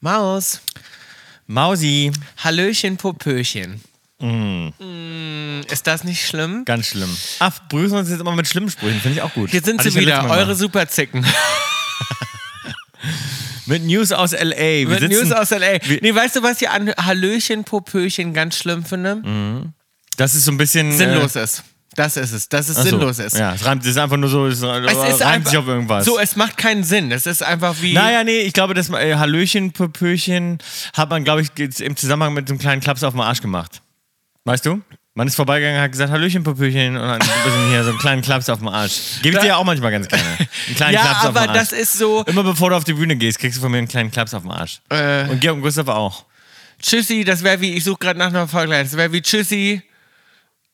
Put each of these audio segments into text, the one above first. Maus, Mausi, Hallöchen, Popöchen. Mm, ist das nicht schlimm? ganz schlimm. Ach, begrüßen uns jetzt immer mit schlimmen Sprüchen, finde ich auch gut. Hier sind Hatte sie ich ja letztes wieder, Mal eure gemacht. Superzicken. Mit News aus L.A. Wir Mit sitzen, News aus L.A. wir- Nee, weißt du, was ich an Hallöchen, Popöchen ganz schlimm finde? Mm. Das ist so ein bisschen... äh, Sinnlos ist. Das ist es, dass es Ach so. sinnlos ist. Ja, es reimt, es ist einfach nur so, es, Es reimt sich auf irgendwas. So, es macht keinen Sinn. Es ist einfach wie. naja, nee, ich glaube, das äh, Hallöchen, Pöpöchen hat man, glaube ich, jetzt im Zusammenhang mit einem kleinen Klaps auf den Arsch gemacht. Weißt du? Man ist vorbeigegangen, hat gesagt, Hallöchen, Pöpöchen und hat ein bisschen hier so einen kleinen Klaps auf den Arsch. Gebe ich dir ja auch manchmal ganz gerne. Einen kleinen ja, Klaps auf aber den Arsch. das ist so. Immer bevor du auf die Bühne gehst, kriegst du von mir einen kleinen Klaps auf den Arsch. Äh. Und Georg und Gustav auch. Tschüssi, das wäre wie, ich suche gerade nach einem Vergleich, das wäre wie Tschüssi,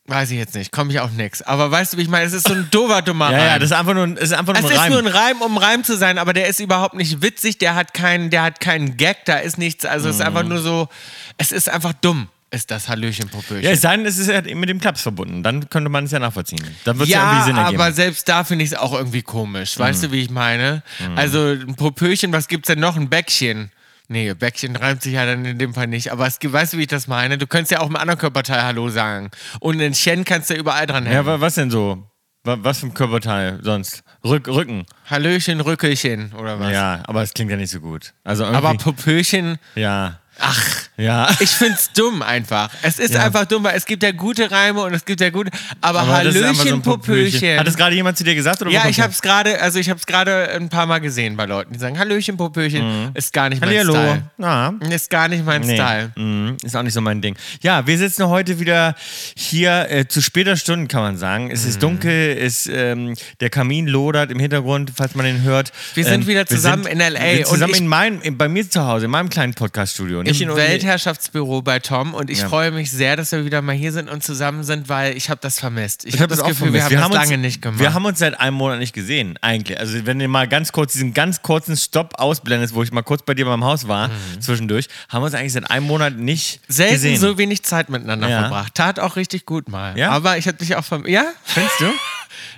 weiß ich jetzt nicht, komme ich auf nix. Aber weißt du, wie ich meine, es ist so ein dover dummer Ja, ja, Reim. das ist einfach nur, ein- ist einfach nur es ein ist Reim. nur ein Reim, um Reim zu sein, aber der ist überhaupt nicht witzig, der hat keinen, der hat keinen Gag, da ist nichts, also es ist einfach Mhm. nur so, es ist einfach dumm, ist das Hallöchen ja, Popöchen. es sei denn, es ist ja mit dem Klaps verbunden. Dann könnte man es ja nachvollziehen. Dann wird es ja, Ja, irgendwie Sinn ergeben. Mhm. aber selbst da finde ich es auch irgendwie komisch, weißt du, wie ich meine? Also ein Popöchen, was gibt's denn noch? Ein Bäckchen. Nee, Bäckchen reimt sich ja dann in dem Fall nicht. Aber es gibt, weißt du, wie ich das meine? Du könntest ja auch einem anderen Körperteil Hallo sagen. Und ein Chen kannst du überall dran Ja, hängen. wa- was denn so? Wa- Was für ein Körperteil sonst? Rück, Rücken. Hallöchen, Rückelchen oder was? Ja, aber es klingt ja nicht so gut. Also irgendwie, Aber Popöchen, ja, ach, ja. ich find's dumm einfach. Es ist Ja. einfach dumm, weil es gibt ja gute Reime und es gibt ja gute. Aber, Aber das ist einfach so Hallöchen, ein Popöchen. Hat das gerade jemand zu dir gesagt oder? Ja, wo ich kommt hab's gerade, also ich hab's gerade ein paar Mal gesehen bei Leuten, die sagen, Hallöchen, Popöchen, ist gar nicht mein das? Mhm. Hallihallo. Style. Na, Ist gar nicht mein Style. nee. mhm, ist auch nicht so mein Ding. Ja, wir sitzen heute wieder hier äh, zu später Stunde, kann man sagen. Es Mhm. ist dunkel, es, ähm, der Kamin lodert im Hintergrund, falls man den hört. Wir sind ähm, wieder zusammen in LA Wir sind und zusammen ich- in meinem, in, bei mir zu Hause, in meinem kleinen Podcast-Studio. Im nicht in Weltherrschaftsbüro bei Tom und ich Ja. freue mich sehr, dass wir wieder mal hier sind und zusammen sind, weil ich habe das vermisst. Ich, Ich habe habe das das auch Gefühl, vermisst. wir haben das lange uns, nicht gemacht. Wir haben uns seit einem Monat nicht gesehen, eigentlich. Also wenn ihr mal ganz kurz diesen ganz kurzen Stopp ausblendest, wo ich mal kurz bei dir beim Haus war, zwischendurch, haben wir uns eigentlich seit einem Monat nicht Mhm. Selten gesehen. so wenig Zeit miteinander Ja. verbracht. Tat auch richtig gut mal. Ja? Aber ich habe dich auch vermisst. Ja? Findest du?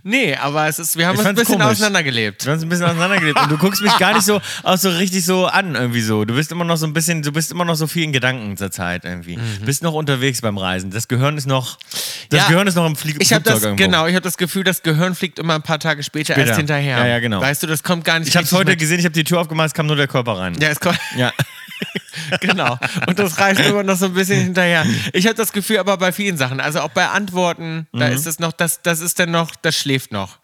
Nee, aber es ist, wir haben Ich uns ein fand's bisschen komisch. auseinandergelebt. Wir haben uns ein bisschen auseinandergelebt und du guckst mich gar nicht so auch so richtig so an irgendwie so. Du bist immer noch so ein bisschen, du bist immer noch so viel in Gedanken zur Zeit irgendwie. Bist noch unterwegs beim Reisen. Das Gehirn ist noch, das Mhm. Ja, Gehirn ist noch im Flieg Ich habe Flugzeug das irgendwo. genau, ich habe das Gefühl, das Gehirn fliegt immer ein paar Tage später, Später. als hinterher. Ja, ja, genau. Weißt du, das kommt gar nicht. Ich habe es richtig heute mit. gesehen. Ich habe die Tür aufgemacht, es kam nur der Körper rein. Ja, es kommt. ja. genau. Und das reißt immer noch so ein bisschen hinterher. Ich habe das Gefühl, aber bei vielen Sachen, also auch bei Antworten, da Mhm. ist es noch, das, das ist dann noch, das schläft noch.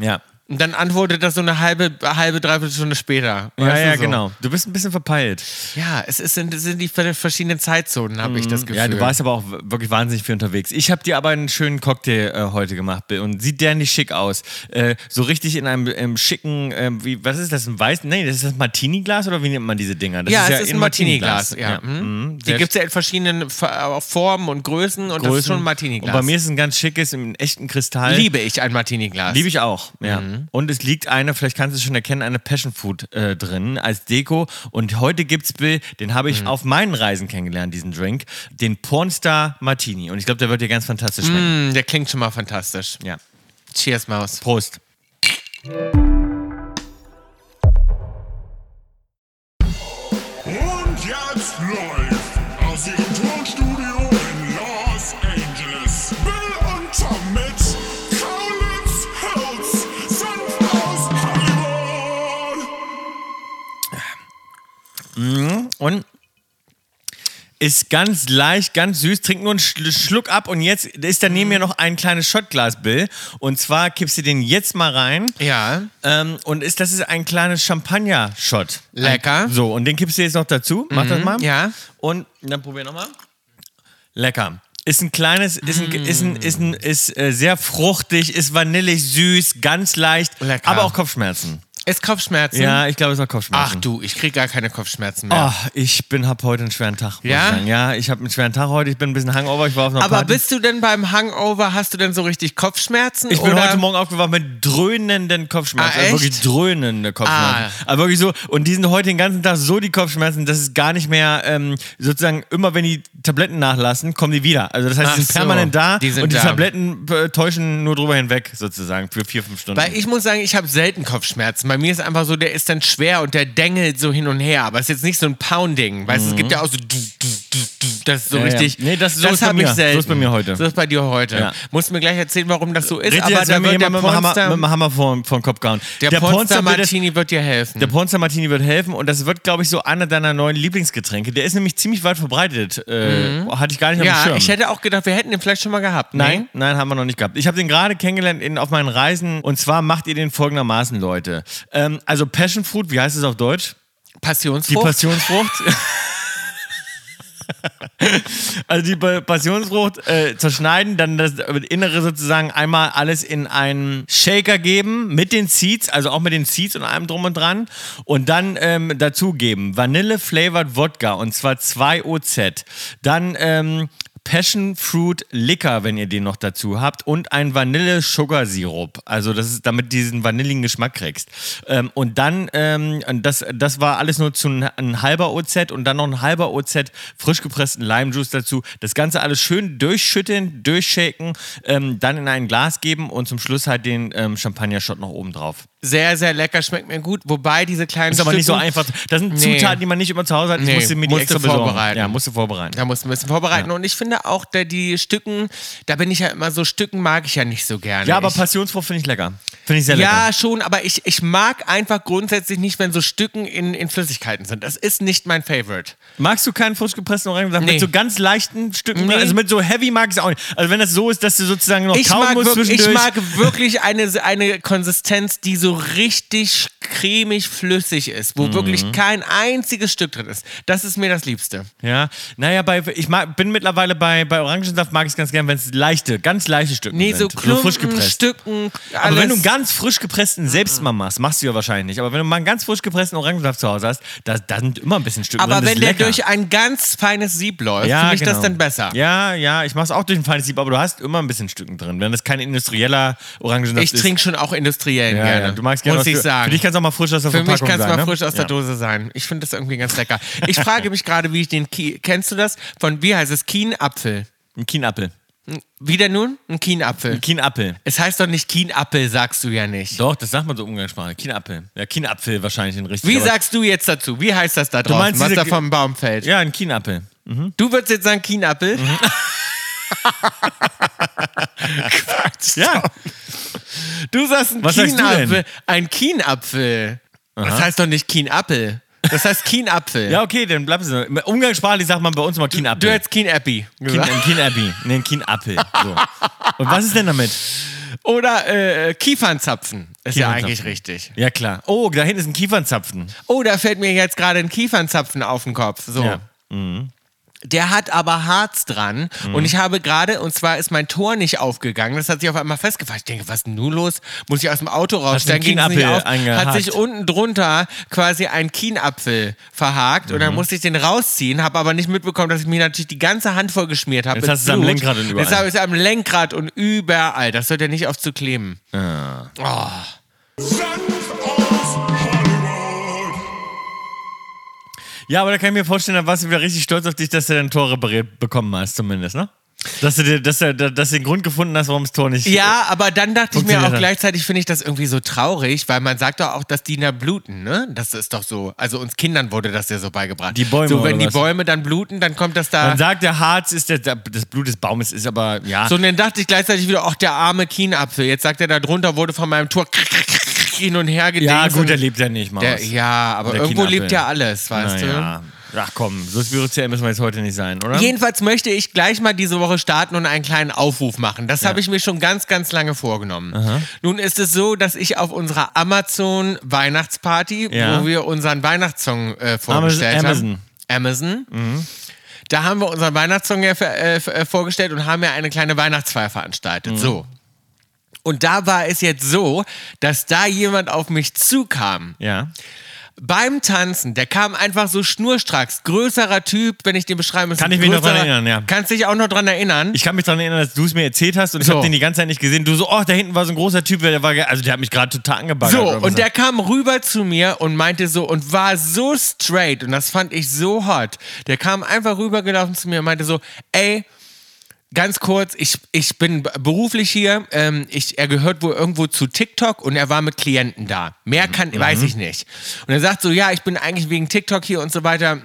ja. Und dann antwortet das so eine halbe, halbe dreiviertel Stunde später. Ja, Weißt du ja, so. genau. Du bist ein bisschen verpeilt. Ja, es ist, sind, es sind die verschiedenen Zeitzonen, habe ich das Gefühl. Mhm. Ja, du warst aber auch wirklich wahnsinnig viel unterwegs. Ich habe dir aber einen schönen Cocktail äh, heute gemacht, Bill. Und sieht der nicht schick aus? Äh, so richtig in einem ähm, schicken, ähm, wie, was ist das, ein weiß? Nee, das ist das Martini-Glas oder wie nennt man diese Dinger? Das ja, es ist ein Martini-Glas. ja. Ja. Mhm. Die Sehr gibt es ja in verschiedenen Fa- Formen und Größen und das ist Größen. schon ein Und Martini-Glas. bei mir ist es ein ganz schickes, im echten Kristall. liebe ich ein Martini-Glas. Liebe ich auch, ja. Mhm. Und es liegt eine, vielleicht kannst du es schon erkennen, eine Passion Food äh, drin als Deko. Und heute gibt's Bill, den habe Mhm. ich auf meinen Reisen kennengelernt, diesen Drink, den Pornstar Martini. Und ich glaube, der wird dir ganz fantastisch schmecken. Mm, der klingt schon mal fantastisch. Ja. Cheers, Maus. Prost. Und jetzt läuft aus ihrem Tonstudio in Los Angeles Bill und Tom mit Kaulitz Hills, Senf aus Hollywood. Und ist ganz leicht, ganz süß. Trink nur einen Schl- Schluck ab und jetzt ist daneben ja noch ein kleines Shotglas, Bill. Und zwar kippst du den jetzt mal rein. Ja. Ähm, und ist, das ist ein kleines Champagner-Shot. Lecker. Mhm, Ein, so, und den kippst du jetzt noch dazu. Mach das mal. Ja. Und dann probier nochmal. Lecker. Ist ein kleines, ist, Mm. ein, ist, ein, ist, ein, ist äh, sehr fruchtig, ist vanillig, süß, ganz leicht, Lecker. aber auch Kopfschmerzen. Ist Kopfschmerzen? Ja, ich glaube, es war Ach Kopfschmerzen. du, ich krieg gar keine Kopfschmerzen mehr. Oh, ich bin, hab heute einen schweren Tag. muss Ja? Ich sagen. ja, ich habe einen schweren Tag heute. Ich bin ein bisschen hangover. Ich war auf einer Aber Party. bist du denn beim Hangover, hast du denn so richtig Kopfschmerzen? Ich bin oder? heute Morgen aufgewacht mit dröhnenden Kopfschmerzen. Ah, also wirklich echt? dröhnende Kopfschmerzen. Ah. Aber wirklich so. Und die sind heute den ganzen Tag so die Kopfschmerzen, dass es gar nicht mehr ähm, sozusagen immer, wenn die Tabletten nachlassen, kommen die wieder. Also das heißt, Ach die sind so, permanent da die sind und die da. Tabletten äh, täuschen nur drüber hinweg, sozusagen, für vier, fünf Stunden. Weil ich muss sagen, ich habe selten Kopfschmerzen. Bei mir ist einfach so, der ist dann schwer und der dängelt so hin und her. Aber es ist jetzt nicht so ein Pounding. Weißt du, es gibt ja auch so. du, du, du, du, Das ist so Mhm. Ja, ja. richtig. Nee, das- so ist bei hab mir. ich selten. So ist bei mir heute. So ist bei dir heute. Ja. Musst mir gleich erzählen, warum das so ist. Redet aber jetzt, da wenn mir wird der jemand mit dem Hammer, Pornstar, mit dem Hammer vor, vor den Kopf gehauen. der Pornstar Martini wird dir helfen. Der Pornstar Martini wird helfen und das wird, glaube ich, so einer deiner neuen Lieblingsgetränke. Der ist nämlich ziemlich weit verbreitet. Äh, Hatte ich gar nicht auf dem Mhm. ja, Schirm. ich hätte auch gedacht, wir hätten den vielleicht schon mal gehabt. ne? Nein, Nee? nein, haben wir noch nicht gehabt. Ich habe den gerade kennengelernt in, auf meinen Reisen und zwar macht ihr den folgendermaßen, Leute. Ähm, also Passion Fruit, wie heißt es auf Deutsch? Die Passionsfrucht. Passionsfrucht. also die Pa- Passionsfrucht äh, zerschneiden, dann das Innere sozusagen einmal alles in einen Shaker geben mit den Seeds, also auch mit den Seeds und allem drum und dran und dann ähm, dazu geben Vanille Flavored Wodka und zwar 2 OZ. Dann ähm, Passion Fruit Liquor, wenn ihr den noch dazu habt, und ein Vanille Sugar Sirup. Also, das ist, damit du diesen vanilligen Geschmack kriegst. Ähm, und dann, ähm, und das, das war alles nur zu ein, ein halber OZ und dann noch ein halber OZ frisch gepressten Lime Juice dazu. Das Ganze alles schön durchschütteln, durchshaken, ähm, dann in ein Glas geben und zum Schluss halt den ähm, Champagner-Shot noch oben drauf. Sehr, sehr lecker, schmeckt mir gut. Wobei diese kleinen Ist aber nicht so Stücken- einfach. Das sind Nee. Zutaten, die man nicht immer zu Hause hat. Ich Nee, musste mir die musst du extra besorgen. vorbereiten. Ja, musste vorbereiten. Da musst du ein bisschen vorbereiten. Und ich finde auch, da die Stücken, da bin ich ja immer so, Stücken mag ich ja nicht so gerne. Ja, aber ich, Passionsfrucht finde ich lecker. Finde ich sehr lecker. Ja, schon, aber ich, ich mag einfach grundsätzlich nicht, wenn so Stücken in, in Flüssigkeiten sind. Das ist nicht mein Favorite. Magst du keinen frisch gepressten Orangensaft Nee. mit so ganz leichten Stücken? Nee. drin? Also mit so heavy mag ich es auch nicht. Also wenn das so ist, dass du sozusagen noch Ich kauen mag, musst wirklich, ich zwischendurch. mag wirklich eine, eine Konsistenz, die so richtig cremig flüssig ist, Mhm. wo wirklich kein einziges Stück drin ist. Das ist mir das Liebste. ja, naja, bei, ich mag, bin mittlerweile bei, bei Orangensaft mag ich es ganz gern, wenn es leichte, ganz leichte Stücken Nee, so sind. Klumpen, frisch gepresst. Stücken, alles. Aber wenn du einen ganz frisch gepressten selbst mal machst, machst du ja wahrscheinlich nicht. Aber wenn du mal einen ganz frisch gepressten Orangensaft zu Hause hast, da, da sind immer ein bisschen Stücken aber drin. das wenn ist der lecker. durch ein ganz feines Sieb läuft, finde ich das genau. dann besser. Ja, ja, ich mach's auch durch ein feines Sieb, aber du hast immer ein bisschen Stücken drin, wenn das kein industrieller Orangensaft Ich ist. trinke schon auch industriellen ja, gerne. ja, du magst gerne Muss was ich für, sagen. Für dich kann's auch mal frisch aus der Für mich Verpackung kann es sein, mal ne? frisch aus der Ja. Dose sein. Ich finde das irgendwie ganz lecker. Ich frage mich gerade, wie ich den Ki Kennst du das? Von wie heißt es? Kienapfel. Ein Kienapfel. Wieder nun? Ein Kienapfel. Kienapfel. Es heißt doch nicht Kienapfel, sagst du ja nicht. Doch, das sagt man so umgangssprachlich. Kienapfel. Ja, Kienapfel wahrscheinlich in richtig. Wie aber- sagst du jetzt dazu? Wie heißt das da draußen, meinst was diese da Ki- vom Baum fällt? Ja, Mhm. ein Kienapfel. Du würdest jetzt sagen Kienapfel? Quatsch. Ja. Du sagst ein Was sagst du Kienapfel. Ein Kienapfel. Das heißt doch nicht Kienapfel. Das heißt Kienapfel. Ja, okay, dann bleibst du. Umgangssprachlich sagt man bei uns immer Du Kienapfel. hättest Kienappi gesagt. Ein Kienapfel. Nee, ein Kienapfel. So. Und was ist denn damit? Oder äh, Kiefernzapfen. Ist ja Kiefernzapfen. eigentlich richtig. Ja, klar. Oh, da hinten ist ein Kiefernzapfen. Oh, da fällt mir jetzt gerade ein Kiefernzapfen auf den Kopf. So. Ja. Der hat aber Harz dran Mhm. und ich habe gerade, und zwar ist mein Tor nicht aufgegangen, das hat sich auf einmal festgefahren. Ich denke, was ist denn nun los? Muss ich aus dem Auto raus? Hast du Dann einen ging es nicht Kienapfel auf. Hat eingehakt? sich unten drunter quasi ein Kienapfel verhakt und Mhm. dann musste ich den rausziehen, habe aber nicht mitbekommen, dass ich mir natürlich die ganze Hand vollgeschmiert habe. Jetzt mit hast du es am Blut. Lenkrad und überall. Jetzt habe ich es am Lenkrad und überall. Das hört ja nicht auf zu kleben. Oh. Senf aus Hollywood. Ja, aber da kann ich mir vorstellen, da warst du wieder richtig stolz auf dich, dass du dein Tor repariert bekommen hast, zumindest, ne? Dass du, dir, dass du, dass du den Grund gefunden hast, warum das Tor nicht. Ja, aber dann dachte ich mir Funktioniert auch dann. gleichzeitig, finde ich das irgendwie so traurig, weil man sagt doch auch, dass die da bluten, ne? Das ist doch so. Also uns Kindern wurde das ja so beigebracht. Die Bäume So, wenn oder die was? Bäume dann bluten, dann kommt das da. Man sagt, der Harz ist der, der, das Blut des Baumes, ist aber, ja. so, und dann dachte ich gleichzeitig wieder, ach, der arme Kienapfel. Jetzt sagt er, da drunter wurde von meinem Tor hin und her gedingst. ja, und gut, der lebt ja nicht, Maus. der, Ja, aber Der irgendwo Kienapfel. lebt ja alles, weißt du? naja. Ach komm, so spirituell müssen wir jetzt heute nicht sein, oder? Jedenfalls möchte ich gleich mal diese Woche starten und einen kleinen Aufruf machen. Das habe ich mir schon ganz, ganz lange vorgenommen. Nun ist es so, dass ich auf unserer Amazon Weihnachtsparty, Ja. wo wir unseren Weihnachtssong äh, vorgestellt Amazon. Mhm. haben, Amazon, da haben wir unseren Weihnachtssong ja, ver- äh, ver- äh, vorgestellt und haben ja eine kleine Weihnachtsfeier Mhm. veranstaltet. So. Und da war es jetzt so, dass da jemand auf mich zukam ja. beim Tanzen, der kam einfach so schnurstracks. Größerer Typ, wenn ich den beschreiben müsste. Kann ich mich noch dran größerer- erinnern, ja. Kannst dich auch noch dran erinnern? Ich kann mich daran erinnern, dass du es mir erzählt hast und ich So. habe den die ganze Zeit nicht gesehen. Du so, oh, da hinten war so ein großer Typ, der war, ge- also der hat mich gerade total angebaggert. So, oder was und der kam rüber zu mir und meinte so und war so straight und das fand ich so hot. Der kam einfach rübergelaufen zu mir und meinte so, ey, ganz kurz, ich, ich bin b- beruflich hier, ähm, ich, er gehört wohl irgendwo zu TikTok und er war mit Klienten da. Mehr kann, Mhm. weiß ich nicht. Und er sagt so, ja, ich bin eigentlich wegen TikTok hier und so weiter.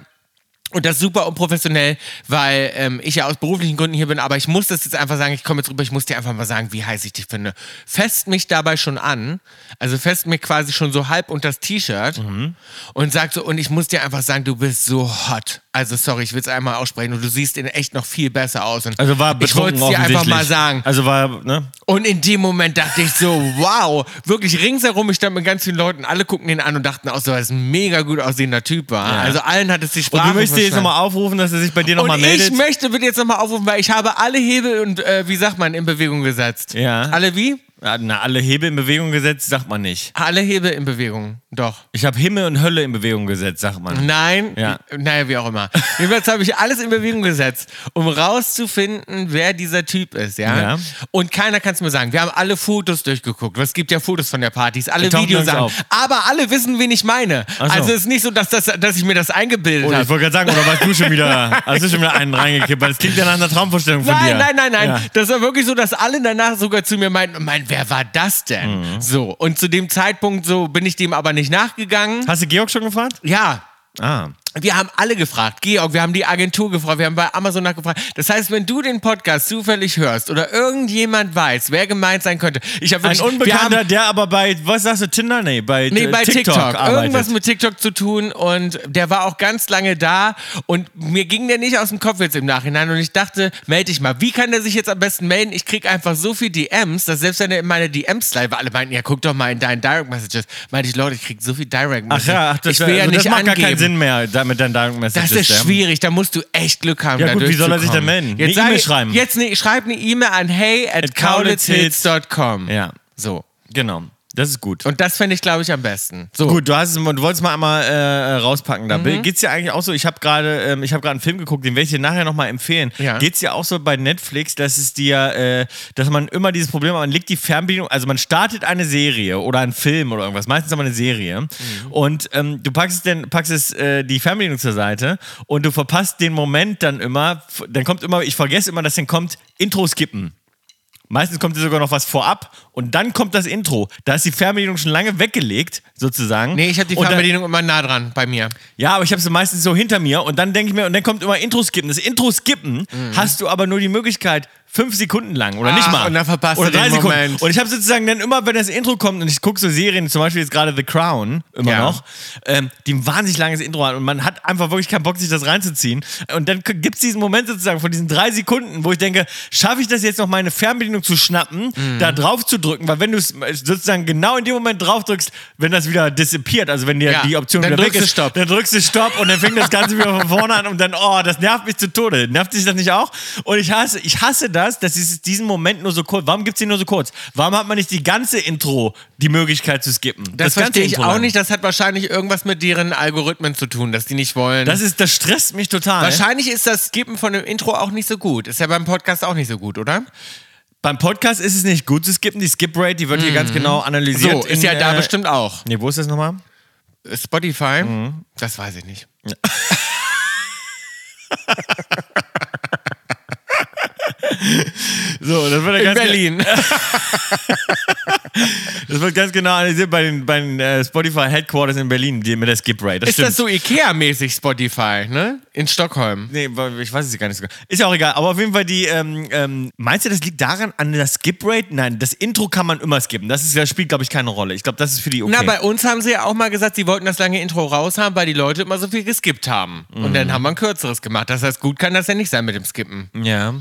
Und das ist super unprofessionell, weil ähm, ich ja aus beruflichen Gründen hier bin, aber ich muss das jetzt einfach sagen, ich komme jetzt rüber, ich muss dir einfach mal sagen, wie heiß ich dich finde. Fest mich dabei schon an, also fest mir quasi schon so halb unter das T-Shirt Mhm. und sagt so, und ich muss dir einfach sagen, du bist so hot. Also sorry, ich will es einmal aussprechen und du siehst in echt noch viel besser aus. Und Also war ich wollte es betrunken dir einfach mal offensichtlich. sagen. Also war, ne? Und in dem Moment dachte ich so, wow, wirklich ringsherum, ich stand mit ganz vielen Leuten, alle guckten ihn an und dachten auch so, dass es ein mega gut aussehender Typ war. Ja. Also allen hat es die Sprache Und du möchtest jetzt verschlagen. nochmal aufrufen, dass er sich bei dir nochmal Und ich meldet. möchte bitte jetzt nochmal aufrufen, weil ich habe alle Hebel und äh, wie sagt man in Bewegung gesetzt. Ja. Alle wie? Ja, Na, alle Hebel in Bewegung gesetzt, sagt man nicht. Alle Hebel in Bewegung. Doch. Ich habe Himmel und Hölle in Bewegung gesetzt, sagt man. Nein. Ja. Naja, wie auch immer. Jedenfalls habe ich alles in Bewegung gesetzt, um rauszufinden, wer dieser Typ ist, ja. Ja. Und keiner kann es mir sagen. Wir haben alle Fotos durchgeguckt. Es gibt ja Fotos von der Partys, alle Die tauchen Videos nirgends an. auf. Aber alle wissen, wen ich meine. Ach so. Also es ist nicht so, dass, das, dass ich mir das eingebildet Oder habe. ich wollte gerade sagen, oder warst du schon wieder, hast du schon wieder einen reingekippt, weil es klingt ja nach einer Traumvorstellung von dir. Nein, nein, nein, nein. Ja. Das war wirklich so, dass alle danach sogar zu mir meinten, mein, wer war das denn? Mhm. So. Und zu dem Zeitpunkt so bin ich dem aber nicht nachgegangen. Hast du Georg schon gefragt? Ja. Ah. Wir haben alle gefragt, Georg, wir haben die Agentur gefragt, wir haben bei Amazon nachgefragt. Das heißt, wenn du den Podcast zufällig hörst oder irgendjemand weiß, wer gemeint sein könnte, ich habe Ein wirklich, wir haben Unbekannter, der aber bei, was sagst du, Tinder? Nee, bei, Nee, äh, bei TikTok. arbeitet. Irgendwas mit TikTok zu tun und der war auch ganz lange da und mir ging der nicht aus dem Kopf jetzt im Nachhinein und ich dachte, melde dich mal. Wie kann der sich jetzt am besten melden? Ich krieg einfach so viel DMs, dass selbst wenn er in meine DMs live alle meinten, ja, guck doch mal in deinen Direct Messages. Meinte ich, Leute, ich krieg so viel Direct Ach Messages. ja, ach, das, ich will ja also nicht das macht angeben. gar keinen Sinn mehr da, mit deinen Direct Das Messages. ist ja. schwierig, da musst du echt Glück haben. Ja da gut, wie soll er sich durchzukommen. denn melden? Jetzt Eine sag E-Mail ich- schreiben. Jetzt ne, schreib eine E-Mail an hey at kaulitzhits.com. Ja, So. genau. Das ist gut. Und das fände ich, glaube ich, am besten. So. Mhm. Gut, du hast es, du wolltest mal einmal äh, rauspacken. Da geht's dir eigentlich auch so. Ich habe gerade, ähm, ich habe gerade einen Film geguckt, den werde ich dir nachher nochmal empfehlen. Ja. Geht's dir auch so bei Netflix, dass es dir, äh, dass man immer dieses Problem hat, man legt die Fernbedienung, also man startet eine Serie oder einen Film oder irgendwas, meistens aber eine Serie. Mhm. Und ähm, du packst es denn, packst es äh, die Fernbedienung zur Seite und du verpasst den Moment dann immer. f- Dann kommt immer, ich vergesse immer, dass dann kommt Intro skippen. Meistens kommt dir sogar noch was vorab und dann kommt das Intro. Da ist die Fernbedienung schon lange weggelegt, sozusagen. Nee, ich habe die Und dann- Fernbedienung immer nah dran bei mir. Ja, aber ich habe sie meistens so hinter mir und dann denke ich mir, und dann kommt immer Intro skippen. Das Intro skippen hast du aber nur die Möglichkeit fünf Sekunden lang oder Mhm. Ah, nicht mal. und dann verpasst du oder drei den Sekunden. Moment. Und ich habe sozusagen dann immer, wenn das Intro kommt und ich gucke so Serien, zum Beispiel jetzt gerade The Crown immer Ja. noch, ähm, die ein wahnsinnig langes Intro hat und man hat einfach wirklich keinen Bock, sich das reinzuziehen. Und dann gibt es diesen Moment sozusagen von diesen drei Sekunden, wo ich denke, schaffe ich das jetzt noch, meine Fernbedienung zu schnappen, Mhm. da drauf zu drücken, weil wenn du es sozusagen genau in dem Moment drauf drückst, wenn das wieder disappeart, also wenn dir Ja, die Option dann wieder weg drückst du ist, Stopp. dann drückst du Stopp und dann fängt das Ganze wieder von vorne an und dann, oh, das nervt mich zu Tode. Nervt dich das nicht auch? Und ich hasse, ich hasse das, dass es diesen Moment nur so kurz. Warum gibt es den nur so kurz? Warum hat man nicht die ganze Intro die Möglichkeit zu skippen? Das, ganze verstehe ich Intro auch lang. nicht. Das hat wahrscheinlich irgendwas mit deren Algorithmen zu tun, dass die nicht wollen. Das, ist, das stresst mich total. wahrscheinlich ist das Skippen von dem Intro auch nicht so gut. Ist ja beim Podcast auch nicht so gut, oder? Beim Podcast ist es nicht gut zu skippen. Die Skip Rate, die wird hier ganz genau analysiert. Mhm. So, ist in, ja da äh, bestimmt auch. Nee, wo ist das nochmal? Spotify, Mhm. das weiß ich nicht. So, das wird ja In ganz, Berlin. Das wird ganz genau analysiert bei den, bei den äh, Spotify Headquarters in Berlin, die mit der Skip Rate. Das Ist stimmt. das so Ikea-mäßig Spotify, ne? In Stockholm. Nee, weil ich weiß es gar nicht so genau. Ist ja auch egal, aber auf jeden Fall die, ähm, ähm, meinst du, das liegt daran an der Skip-Rate? Nein, das Intro kann man immer skippen. Das, ist, das spielt, glaube ich, keine Rolle. Ich glaube, das ist für die okay. Na, bei uns haben sie ja auch mal gesagt, sie wollten das lange Intro raushaben, weil die Leute immer so viel Mhm. geskippt haben. Und dann haben wir ein kürzeres gemacht. Das heißt, gut kann das ja nicht sein mit dem Skippen. ja.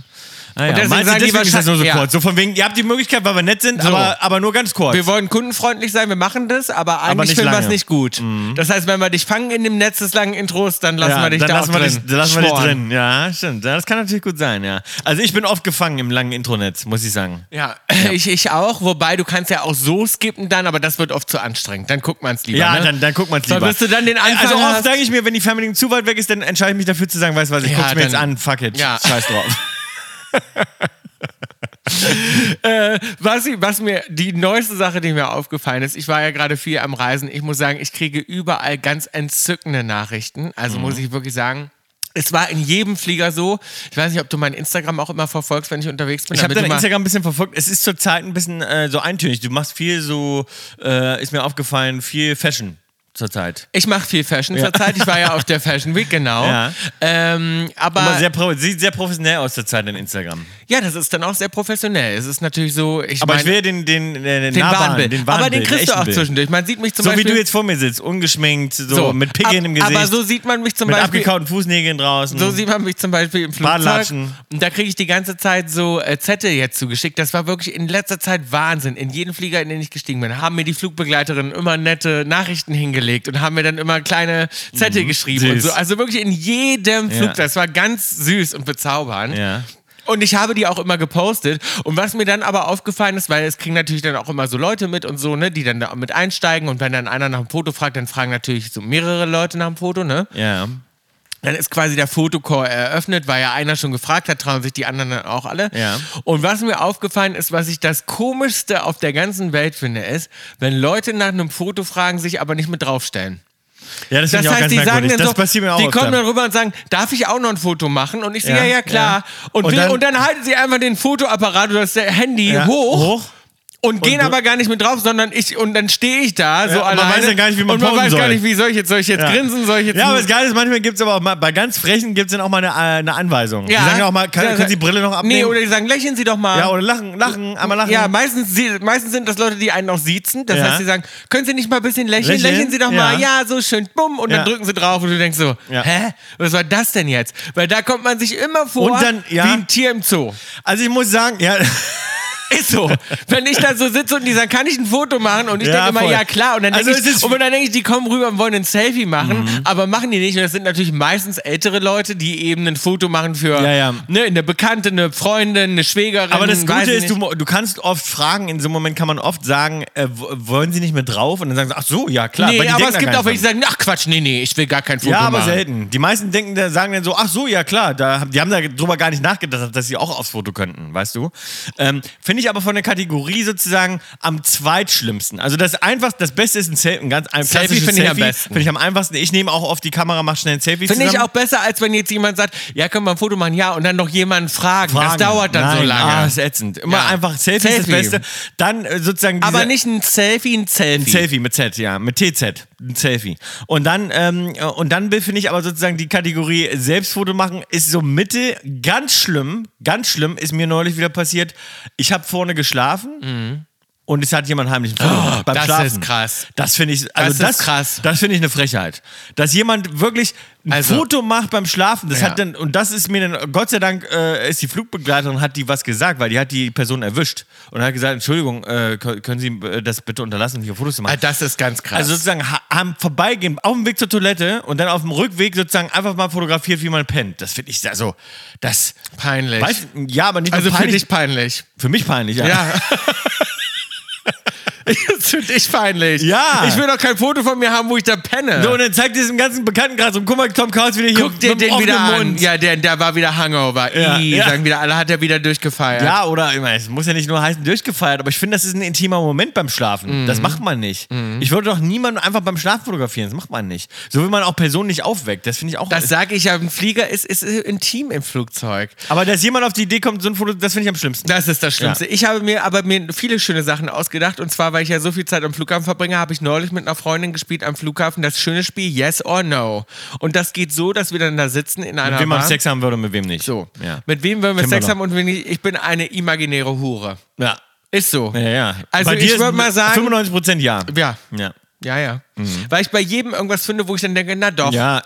Ah, ja. deswegen Meinst du, sagen die deswegen ist das nur so wahrscheinlich- ja. kurz. So von wegen, ihr habt die Möglichkeit, weil wir nett sind, So. aber, aber nur ganz kurz. Wir wollen kundenfreundlich sein, wir machen das, aber eigentlich nicht finden wir es lange. Mhm. nicht gut. Das heißt, wenn wir dich fangen in dem Netz des langen Intros, dann lassen ja, wir dich dann da lassen auch wir drin. dich, dann lassen wir dich Schmoren. drin. Ja, stimmt. Ja, Das kann natürlich gut sein, ja. Also ich bin oft gefangen im langen Intronetz, muss ich sagen. Ja, Ich, ich auch, wobei du kannst ja auch so skippen dann, aber das wird oft zu anstrengend. Dann guckt man es lieber. Ja, ne? dann, dann guck mal lieber. Dann wirst du dann den Anfang Also oft hast. sage ich mir, wenn die Fernbedienung zu weit weg ist, dann entscheide ich mich dafür zu sagen, weißt du was, ich Ja, guck's mir dann- jetzt an, fuck it, Ja. scheiß drauf. Was, ich- was mir die neueste Sache, die mir aufgefallen ist, ich war ja gerade viel am Reisen. Ich muss sagen, ich kriege überall ganz entzückende Nachrichten. Mhm. Also muss ich wirklich sagen. Es war in jedem Flieger so. Ich weiß nicht, ob du mein Instagram auch immer verfolgst, wenn ich unterwegs bin. Ich habe damit dein du mal- Instagram ein bisschen verfolgt. Es ist zurzeit ein bisschen äh, so eintönig. Du machst viel so, äh, ist mir aufgefallen, viel Fashion zurzeit. Ich mache viel Fashion zurzeit. Ich war ja auf der Fashion Week, genau. Ja. Ähm, aber Aber sehr pro sieht sehr professionell aus zurzeit in Instagram. ja, das ist dann auch sehr professionell. Es ist natürlich so, ich Aber meine, ich will ja den, den, den, den, den nahbaren, Wahnbild. den aber Wahnbild, den kriegst du echten auch Bild. zwischendurch. Man sieht mich zum So Beispiel. wie du jetzt vor mir sitzt, ungeschminkt, so, mit ab- Pickeln im Gesicht, Aber so sieht man mich zum mit Beispiel. abgekauten Fußnägeln draußen. So sieht man mich zum Beispiel im Flugzeug. Badelatschen. Und da kriege ich die ganze Zeit so äh, Zettel jetzt zugeschickt. Das war wirklich in letzter Zeit Wahnsinn. In jedem Flieger, in den ich gestiegen bin, haben mir die Flugbegleiterinnen immer nette Nachrichten hingelegt und haben mir dann immer kleine Zettel geschrieben und Mhm. Süß. so. Also wirklich in jedem Flug. Das war ganz süß und bezaubernd. ja. Und ich habe die auch immer gepostet. Und was mir dann aber aufgefallen ist, weil es kriegen natürlich dann auch immer so Leute mit und so, ne, die dann da mit einsteigen. Und wenn dann einer nach dem Foto fragt, dann fragen natürlich so mehrere Leute nach dem Foto, ne? ja. Dann ist quasi der Fotocall eröffnet, weil ja einer schon gefragt hat, trauen sich die anderen dann auch alle. Ja. Und was mir aufgefallen ist, was ich das Komischste auf der ganzen Welt finde, ist, wenn Leute nach einem Foto fragen, sich aber nicht mit draufstellen. Ja, Das das, finde ich auch heißt, ganz die sagen dann merkwürdig. Das so, passiert mir auch die oft kommen dann. dann rüber und sagen, darf ich auch noch ein Foto machen? Und ich sehe, Ja, ja, ja, klar. ja. Und, Und will, dann- und dann halten sie einfach den Fotoapparat oder das Handy Ja, hoch, hoch. und gehen du- aber gar nicht mit drauf, sondern ich, und dann stehe ich da so und man alleine. weiß ja gar nicht, wie man Und man posen weiß gar soll. nicht, wie soll ich jetzt, soll ich jetzt grinsen, soll ich jetzt... ja, aber das Geile ist, manchmal gibt es aber auch mal, bei ganz Frechen gibt es dann auch mal eine, äh, eine Anweisung. Die sagen ja auch mal, können, können Sie die Brille noch abnehmen? Nee, oder die sagen, lächeln Sie doch mal. ja, oder lachen, lachen, einmal lachen. Ja, meistens, sie- meistens sind das Leute, die einen auch siezen. Das Ja. heißt, sie sagen, können Sie nicht mal ein bisschen lächeln? Lächeln? Lächeln, Sie doch mal, ja, so schön, bumm. Und Ja. dann drücken sie drauf und du denkst so, Ja. hä? Was war das denn jetzt? Weil da kommt man sich immer vor Und dann- ja. wie ein Tier im Zoo. also ich muss sagen, ja, Ist so. Wenn ich da so sitze und die sagen, kann ich ein Foto machen? Und ich Ja, denke immer, voll. ja klar. Und dann Also denke es ist- Mhm. ich, und dann denk ich, die kommen rüber und wollen ein Selfie machen, aber machen die nicht. Und das sind natürlich meistens ältere Leute, die eben ein Foto machen für Ja, ja. Ne, eine Bekannte, eine Freundin, eine Schwägerin. aber das weiß Gute ich ist, nicht. du, mo- du kannst oft fragen, in so einem Moment kann man oft sagen, äh, w- wollen Sie nicht mit drauf? Und dann sagen sie, ach so, ja klar. weil Nee, die aber denken es da gibt gar auch welche, nicht die sagen, ach Quatsch, nee, nee, ich will gar kein Foto dran. Ja, aber machen. selten. Die meisten denken, da- sagen dann so, ach so, ja klar. Da, die haben da drüber gar nicht nachgedacht, dass sie auch aufs Foto könnten, weißt du? Ähm, Finde ich aber von der Kategorie sozusagen am zweitschlimmsten. Also das einfach, das Beste ist ein, Selfie, ein ganz ein Selfie klassisches finde ich am Selfie. besten. Finde ich am einfachsten. Ich nehme auch oft die Kamera, mache schnell ein Selfie Finde ich zusammen. auch besser, als wenn jetzt jemand sagt, ja, können wir ein Foto machen, ja, und dann noch jemanden fragen. Das Fragen. dauert dann Nein, so lange. Ah, ist ätzend. Immer Ja. einfach Selfie, ist das Selfie. Beste. Dann äh, sozusagen diese, aber nicht ein Selfie, ein Selfie. ein Selfie mit Z, ja, mit TZ, ein Selfie. Und dann ähm, äh, und dann be- finde ich aber sozusagen die Kategorie Selbstfoto machen ist so Mitte ganz schlimm, ganz schlimm ist mir neulich wieder passiert. Ich habe vorne geschlafen. Und es hat jemand heimlich ein Foto gemacht beim Mhm. Oh, das Schlafen. ist krass. Das finde ich, also ist das, krass. Das finde ich eine Frechheit, dass jemand wirklich ein Also- Foto macht beim Schlafen. Das Ja. hat dann und das ist mir dann Gott sei Dank äh, ist die Flugbegleiterin hat die was gesagt, weil die hat die Person erwischt und hat gesagt, Entschuldigung, äh, kö- können Sie äh, das bitte unterlassen, hier Fotos zu machen. Ah, Das ist ganz krass. Also sozusagen ha- haben vorbeigehen, auf dem Weg zur Toilette und dann auf dem Rückweg sozusagen einfach mal fotografiert, wie man pennt. Das finde ich also das. peinlich. Weiß, ja, aber nicht nur also für peinlich. dich peinlich. für mich peinlich. Ja. Ja. Ist für dich peinlich. Ja. Ich will doch kein Foto von mir haben, wo ich da penne. So, und dann zeigt diesen ganzen Bekanntenkreis und guck mal, Tom Kautz wieder hier Guck dir mit dem den wieder offenen an. Mund. Ja, der, der war wieder Hangover. Ja, I, ja. sagen wieder, alle hat er wieder durchgefeiert. Ja, oder ich meine, es muss ja nicht nur heißen durchgefeiert, aber ich finde, das ist ein intimer Moment beim Schlafen. Mhm. Das macht man nicht. Ich würde doch niemanden einfach beim Schlafen fotografieren. Das macht man nicht. So will man auch Personen nicht aufweckt. Das finde ich auch. Das sage ich ja, ein Flieger ist, ist intim im Flugzeug. aber dass jemand auf die Idee kommt, so ein Foto, das finde ich am schlimmsten. Das ist das Schlimmste. Ich habe mir aber mir viele schöne Sachen ausgedacht. Und zwar, weil ich ja so viel Zeit am Flughafen verbringe, habe ich neulich mit einer Freundin gespielt am Flughafen das schöne Spiel Yes or No. Und das geht so, dass wir dann da sitzen in einer Mit wem man Bar. Sex haben würde und mit wem nicht. So. Ja. Mit wem wollen wir Kennen wir Sex doch. haben und wenn nicht? Ich bin eine imaginäre Hure. ja. Ist so. Ja, ja. Also Bei dir ich ist würde mal sagen, 95% ja. Mhm. ja, Ja. ja, ja. Weil ich bei jedem irgendwas finde, wo ich dann denke, na doch. Ja.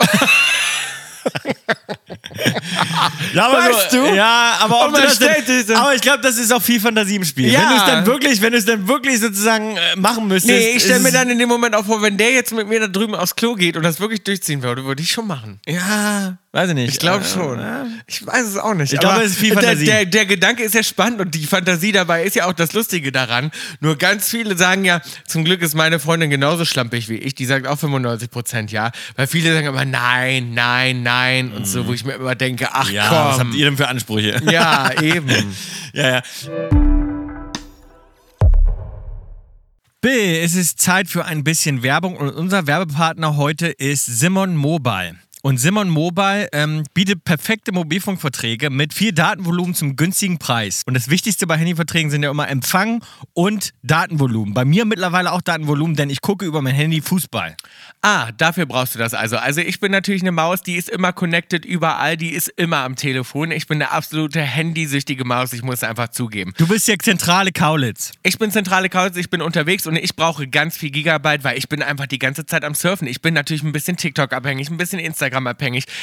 Ja, aber Weißt so, du? Ja, aber, ob Und du man das stellt sich denn, so- aber ich glaube, das ist auch viel Fantasie im Spiel. Ja. Wenn du es dann wirklich, wenn du es dann wirklich sozusagen äh, machen müsstest. Nee, ich stelle ist mir es- dann in dem Moment auch vor, wenn der jetzt mit mir da drüben aufs Klo geht und das wirklich durchziehen würde, würde ich schon machen. Ja, weiß ich nicht. Ich glaube Äh, schon. ja. Ich weiß es auch nicht. Ich glaube, aber es ist viel der- Fantasie. Der, der Gedanke ist ja spannend und die Fantasie dabei ist ja auch das Lustige daran. Nur ganz viele sagen ja, zum Glück ist meine Freundin genauso schlampig wie ich. Die sagt auch 95 Prozent ja. Weil viele sagen aber nein, nein, nein und so, wo ich mir immer denke, ach Mhm. Ja, was habt komm. ihr denn für Ansprüche? Ja, eben. ja, ja. Bill, es ist Zeit für ein bisschen Werbung und unser Werbepartner heute ist Simon Mobile. Und Simon Mobile ähm, bietet perfekte Mobilfunkverträge mit viel Datenvolumen zum günstigen Preis. Und das Wichtigste bei Handyverträgen sind ja immer Empfang und Datenvolumen. Bei mir mittlerweile auch Datenvolumen, denn ich gucke über mein Handy Fußball. Ah, dafür brauchst du das also. Also ich bin natürlich eine Maus, die ist immer connected überall, die ist immer am Telefon. Ich bin eine absolute handysüchtige Maus, ich muss es einfach zugeben. Du bist ja zentrale Kaulitz. Ich bin zentrale Kauz, ich bin unterwegs und ich brauche ganz viel Gigabyte, weil ich bin einfach die ganze Zeit am Surfen. Ich bin natürlich ein bisschen TikTok-abhängig, ein bisschen Instagram-abhängig.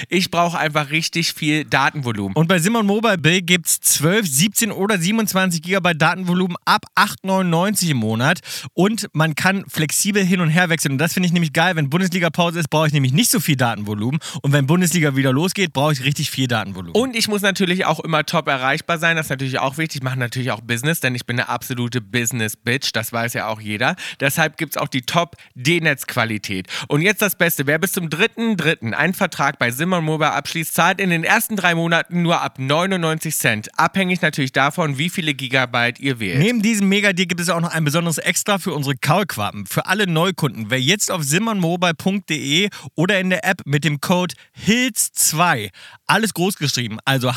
Ich brauche einfach richtig viel Datenvolumen. Und bei Simon Mobile Bill gibt es 12, 17 oder 27 GB Datenvolumen ab 8,99 im Monat. Und man kann flexibel hin und her wechseln. Und das finde ich nämlich geil. Wenn Bundesliga-Pause ist, brauche ich nämlich nicht so viel Datenvolumen. Und wenn Bundesliga wieder losgeht, brauche ich richtig viel Datenvolumen. Und ich muss natürlich auch immer top erreichbar sein. Das ist natürlich auch wichtig. Ich mache natürlich auch Business, denn ich bin eine absolute Business-Bitch. Das weiß ja auch jeder. Deshalb gibt es auch die Top-D-Netz-Qualität. Und jetzt das Beste. Wer bis zum 3.3. einen Vertrag bei Simon Mobile abschließt, zahlt in den ersten drei Monaten nur ab 99 Cent. Abhängig natürlich davon, wie viele Gigabyte ihr wählt. Neben diesem Megadeal gibt es auch noch ein besonderes Extra für unsere Kaulquappen. Für alle Neukunden. Wer jetzt auf simmonmobile.de oder in der App mit dem Code HILS2, alles groß geschrieben, also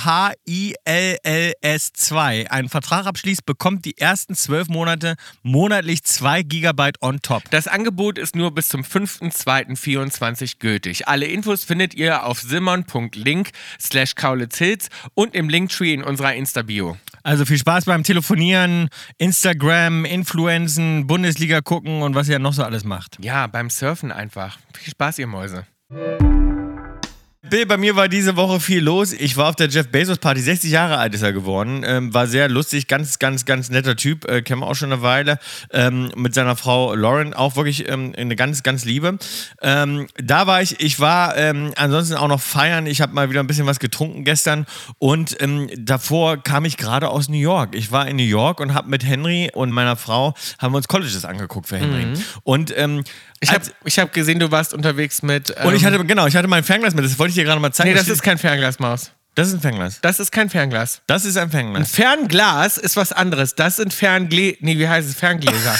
H-I-L-L-S-2, einen Vertrag abschließt, bekommt die ersten zwölf Monate monatlich 2 GB on top. Das Angebot ist nur bis zum 5.2.24 gültig. Alle Infos findet ihr auf simon.link slash kaulitzhilz und im Linktree in unserer Insta-Bio. Also viel Spaß beim Telefonieren, Instagram, Influenzen, Bundesliga gucken und was ihr noch so alles macht. Ja, beim Surfen einfach. Viel Spaß, ihr Mäuse. Bill, bei mir war diese Woche viel los. Ich war auf der Jeff Bezos Party, 60 Jahre alt ist er geworden. Ähm, war sehr lustig, ganz, ganz, ganz netter Typ. Äh, kennen wir auch schon eine Weile. Ähm, mit seiner Frau Lauren auch wirklich ähm, eine ganz, ganz Liebe. Ähm, da war ich, ich war ähm, ansonsten auch noch feiern. Ich habe mal wieder ein bisschen was getrunken gestern. Und ähm, davor kam ich gerade aus New York. Ich war in New York und habe mit Henry und meiner Frau, haben wir uns Colleges angeguckt für Henry. Und ähm, Mhm. Ich habe als- Also ich hab gesehen, du warst unterwegs mit. ähm, und ich hatte, genau, ich hatte mein Fernglas mit, das wollte ich dir gerade mal zeigen. Nee, das ist kein Fernglas, Maus. das ist ein Fernglas. Das ist kein Fernglas. Das ist ein Fernglas. Fernglas ist was anderes. Das sind Ferngle. Nee, wie heißt es? Ferngläser.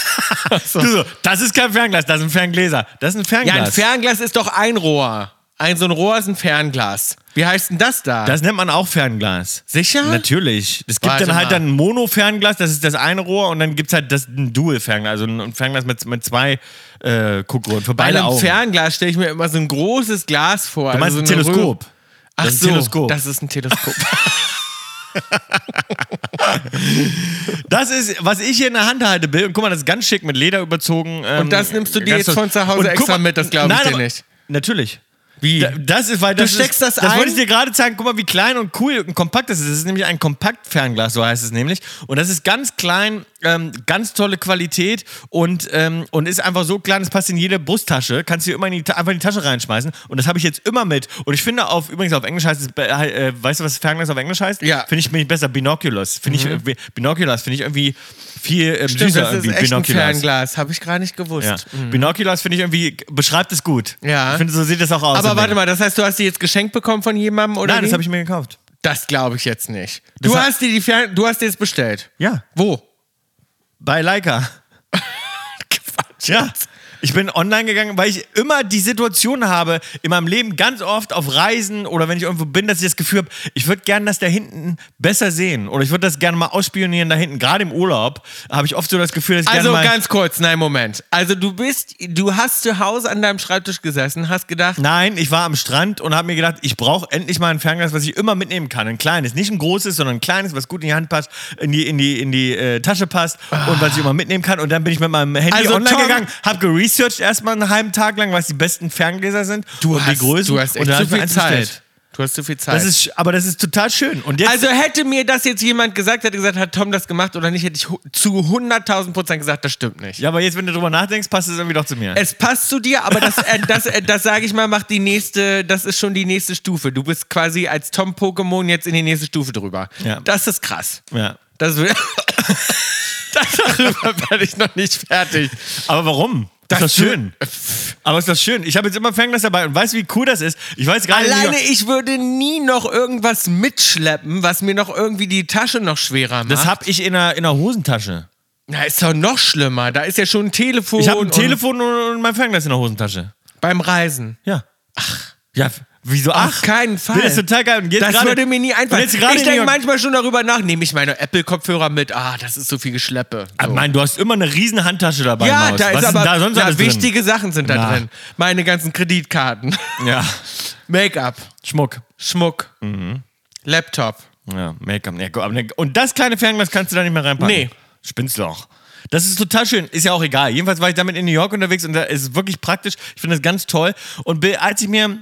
Du so, das ist kein Fernglas, das ist ein Ferngläser. Das ist ein ja, Fernglas. ein Fernglas ist doch ein Rohr. Ein so ein Rohr ist ein Fernglas. Wie heißt denn das da? das nennt man auch Fernglas. Sicher? Natürlich. Es gibt Warte dann halt mal. dann ein Mono-Fernglas, das ist das eine Rohr, und dann gibt es halt das, ein Dual-Fernglas, also ein Fernglas mit, mit zwei äh, Guckrohren für Bei beide einem Augen. Fernglas stelle ich mir immer so ein großes Glas vor. du meinst also ein so eine Teleskop. Röhre- Ach Das ist ein so, Teleskop. das ist ein Teleskop. Das ist, was ich hier in der Hand halte, Bill. Und guck mal, das ist ganz schick mit Leder überzogen. ähm, Und das nimmst du dir ganz jetzt toll. von zu Hause Und guck extra mal- mit, das glaub ich Nein, dir aber- nicht. Natürlich. Wie? Da- Das ist, weil das steckst ist, das Das ein? wollte ich dir gerade zeigen. Guck mal, wie klein und cool und kompakt das ist. Das ist nämlich ein Kompaktfernglas, so heißt es nämlich. Und das ist ganz klein, ähm, ganz tolle Qualität und, ähm, und ist einfach so klein, es passt in jede Brusttasche. Kannst du immer in die, Ta- einfach in die Tasche reinschmeißen. Und das habe ich jetzt immer mit. Und ich finde auf, übrigens auf Englisch heißt es, äh, äh, weißt du, was Fernglas auf Englisch heißt? Ja. Mhm. Finde ich, finde ich besser. Binoculars. Finde ich, äh, Binoculars finde ich irgendwie viel ähm, Stimmt, süßer. das ist irgendwie. echt ein Binoculars. Fernglas. Habe ich gar nicht gewusst. Ja. Binoculars finde ich irgendwie, beschreibt es gut. Ja. Ich finde, so sieht das auch aus. Aber im warte Ding. mal, das heißt, du hast die jetzt geschenkt bekommen von jemandem oder? Nein, wie? das habe ich mir gekauft. Das glaube ich jetzt nicht. Du hat- hast dir die Fern du hast dir jetzt bestellt. Ja. Wo? Bei Leica. Quatsch. Ja. Ich bin online gegangen, weil ich immer die Situation habe, in meinem Leben ganz oft auf Reisen oder wenn ich irgendwo bin, dass ich das Gefühl habe, ich würde gerne das da hinten besser sehen oder ich würde das gerne mal ausspionieren da hinten. Gerade im Urlaub habe ich oft so das Gefühl, dass ich Also gerne mal... ganz kurz, nein, Moment. Also du bist, du hast zu Hause an deinem Schreibtisch gesessen, hast gedacht, Nein, ich war am Strand und habe mir gedacht, ich brauche endlich mal ein Fernglas, was ich immer mitnehmen kann. Ein kleines, nicht ein großes, sondern ein kleines, was gut in die Hand passt, in die, in die, in die äh, Tasche passt und was ich immer mitnehmen kann. Und dann bin ich mit meinem Handy Also, online Tom- gegangen, habe geresearched erstmal einen halben Tag lang, was die besten Ferngläser sind Du und die hast- Größen. du hast echt und dann zu hab ich mir viel eins bestellt. Zeit. Du hast zu viel Zeit. Das ist, sch- aber das ist total schön. Und jetzt, also hätte mir das jetzt jemand gesagt, hätte gesagt, hat Tom das gemacht oder nicht, hätte ich hu- zu 100.000 Prozent gesagt, das stimmt nicht. ja, aber jetzt, wenn du drüber nachdenkst, passt es irgendwie doch zu mir. Es passt zu dir, aber das, äh, das, äh, das sage ich mal, macht die nächste, das ist schon die nächste Stufe. Du bist quasi als Tom-Pokémon jetzt in die nächste Stufe drüber. Ja. Das ist krass. ja. Das, darüber werde ich noch nicht fertig. Aber warum? Das ist das du- schön. Aber ist das schön. Ich habe jetzt immer Fernglas dabei und weiß, wie cool das ist. Ich weiß gerade Alleine nicht. ich würde nie noch irgendwas mitschleppen, was mir noch irgendwie die Tasche noch schwerer macht. Das habe ich in der, in der Hosentasche. Na, ist doch noch schlimmer. Da ist ja schon ein Telefon. Ich habe ein und- Telefon und, und mein Fernglas in der Hosentasche. beim Reisen. Ja. Ach. Ja, f- wieso? Auf keinen Fall. Das ist total geil. Und jetzt Das gerade- würde mir nie einfallen. Und jetzt gerade Ich in denke New York- manchmal schon darüber nach, nehme ich meine Apple-Kopfhörer mit. Ah, das ist so viel Geschleppe. Ah, So. Mann, du hast immer eine riesen Handtasche dabei. Ja, Maus. da ist Was aber denn da sonst na, alles wichtige Sachen sind da Na. drin. Meine ganzen Kreditkarten, Drin? Ja. Make-up, Schmuck. Schmuck, Mhm. Laptop. Ja, Make-up. Ja, gut, aber ne- Und das kleine Fernglas kannst du da nicht mehr reinpacken. Nee. Spinnst du doch. Das ist total schön. Ist ja auch egal. Jedenfalls war ich damit in New York unterwegs und da ist es wirklich praktisch. Ich finde das ganz toll. Und Bill, als ich mir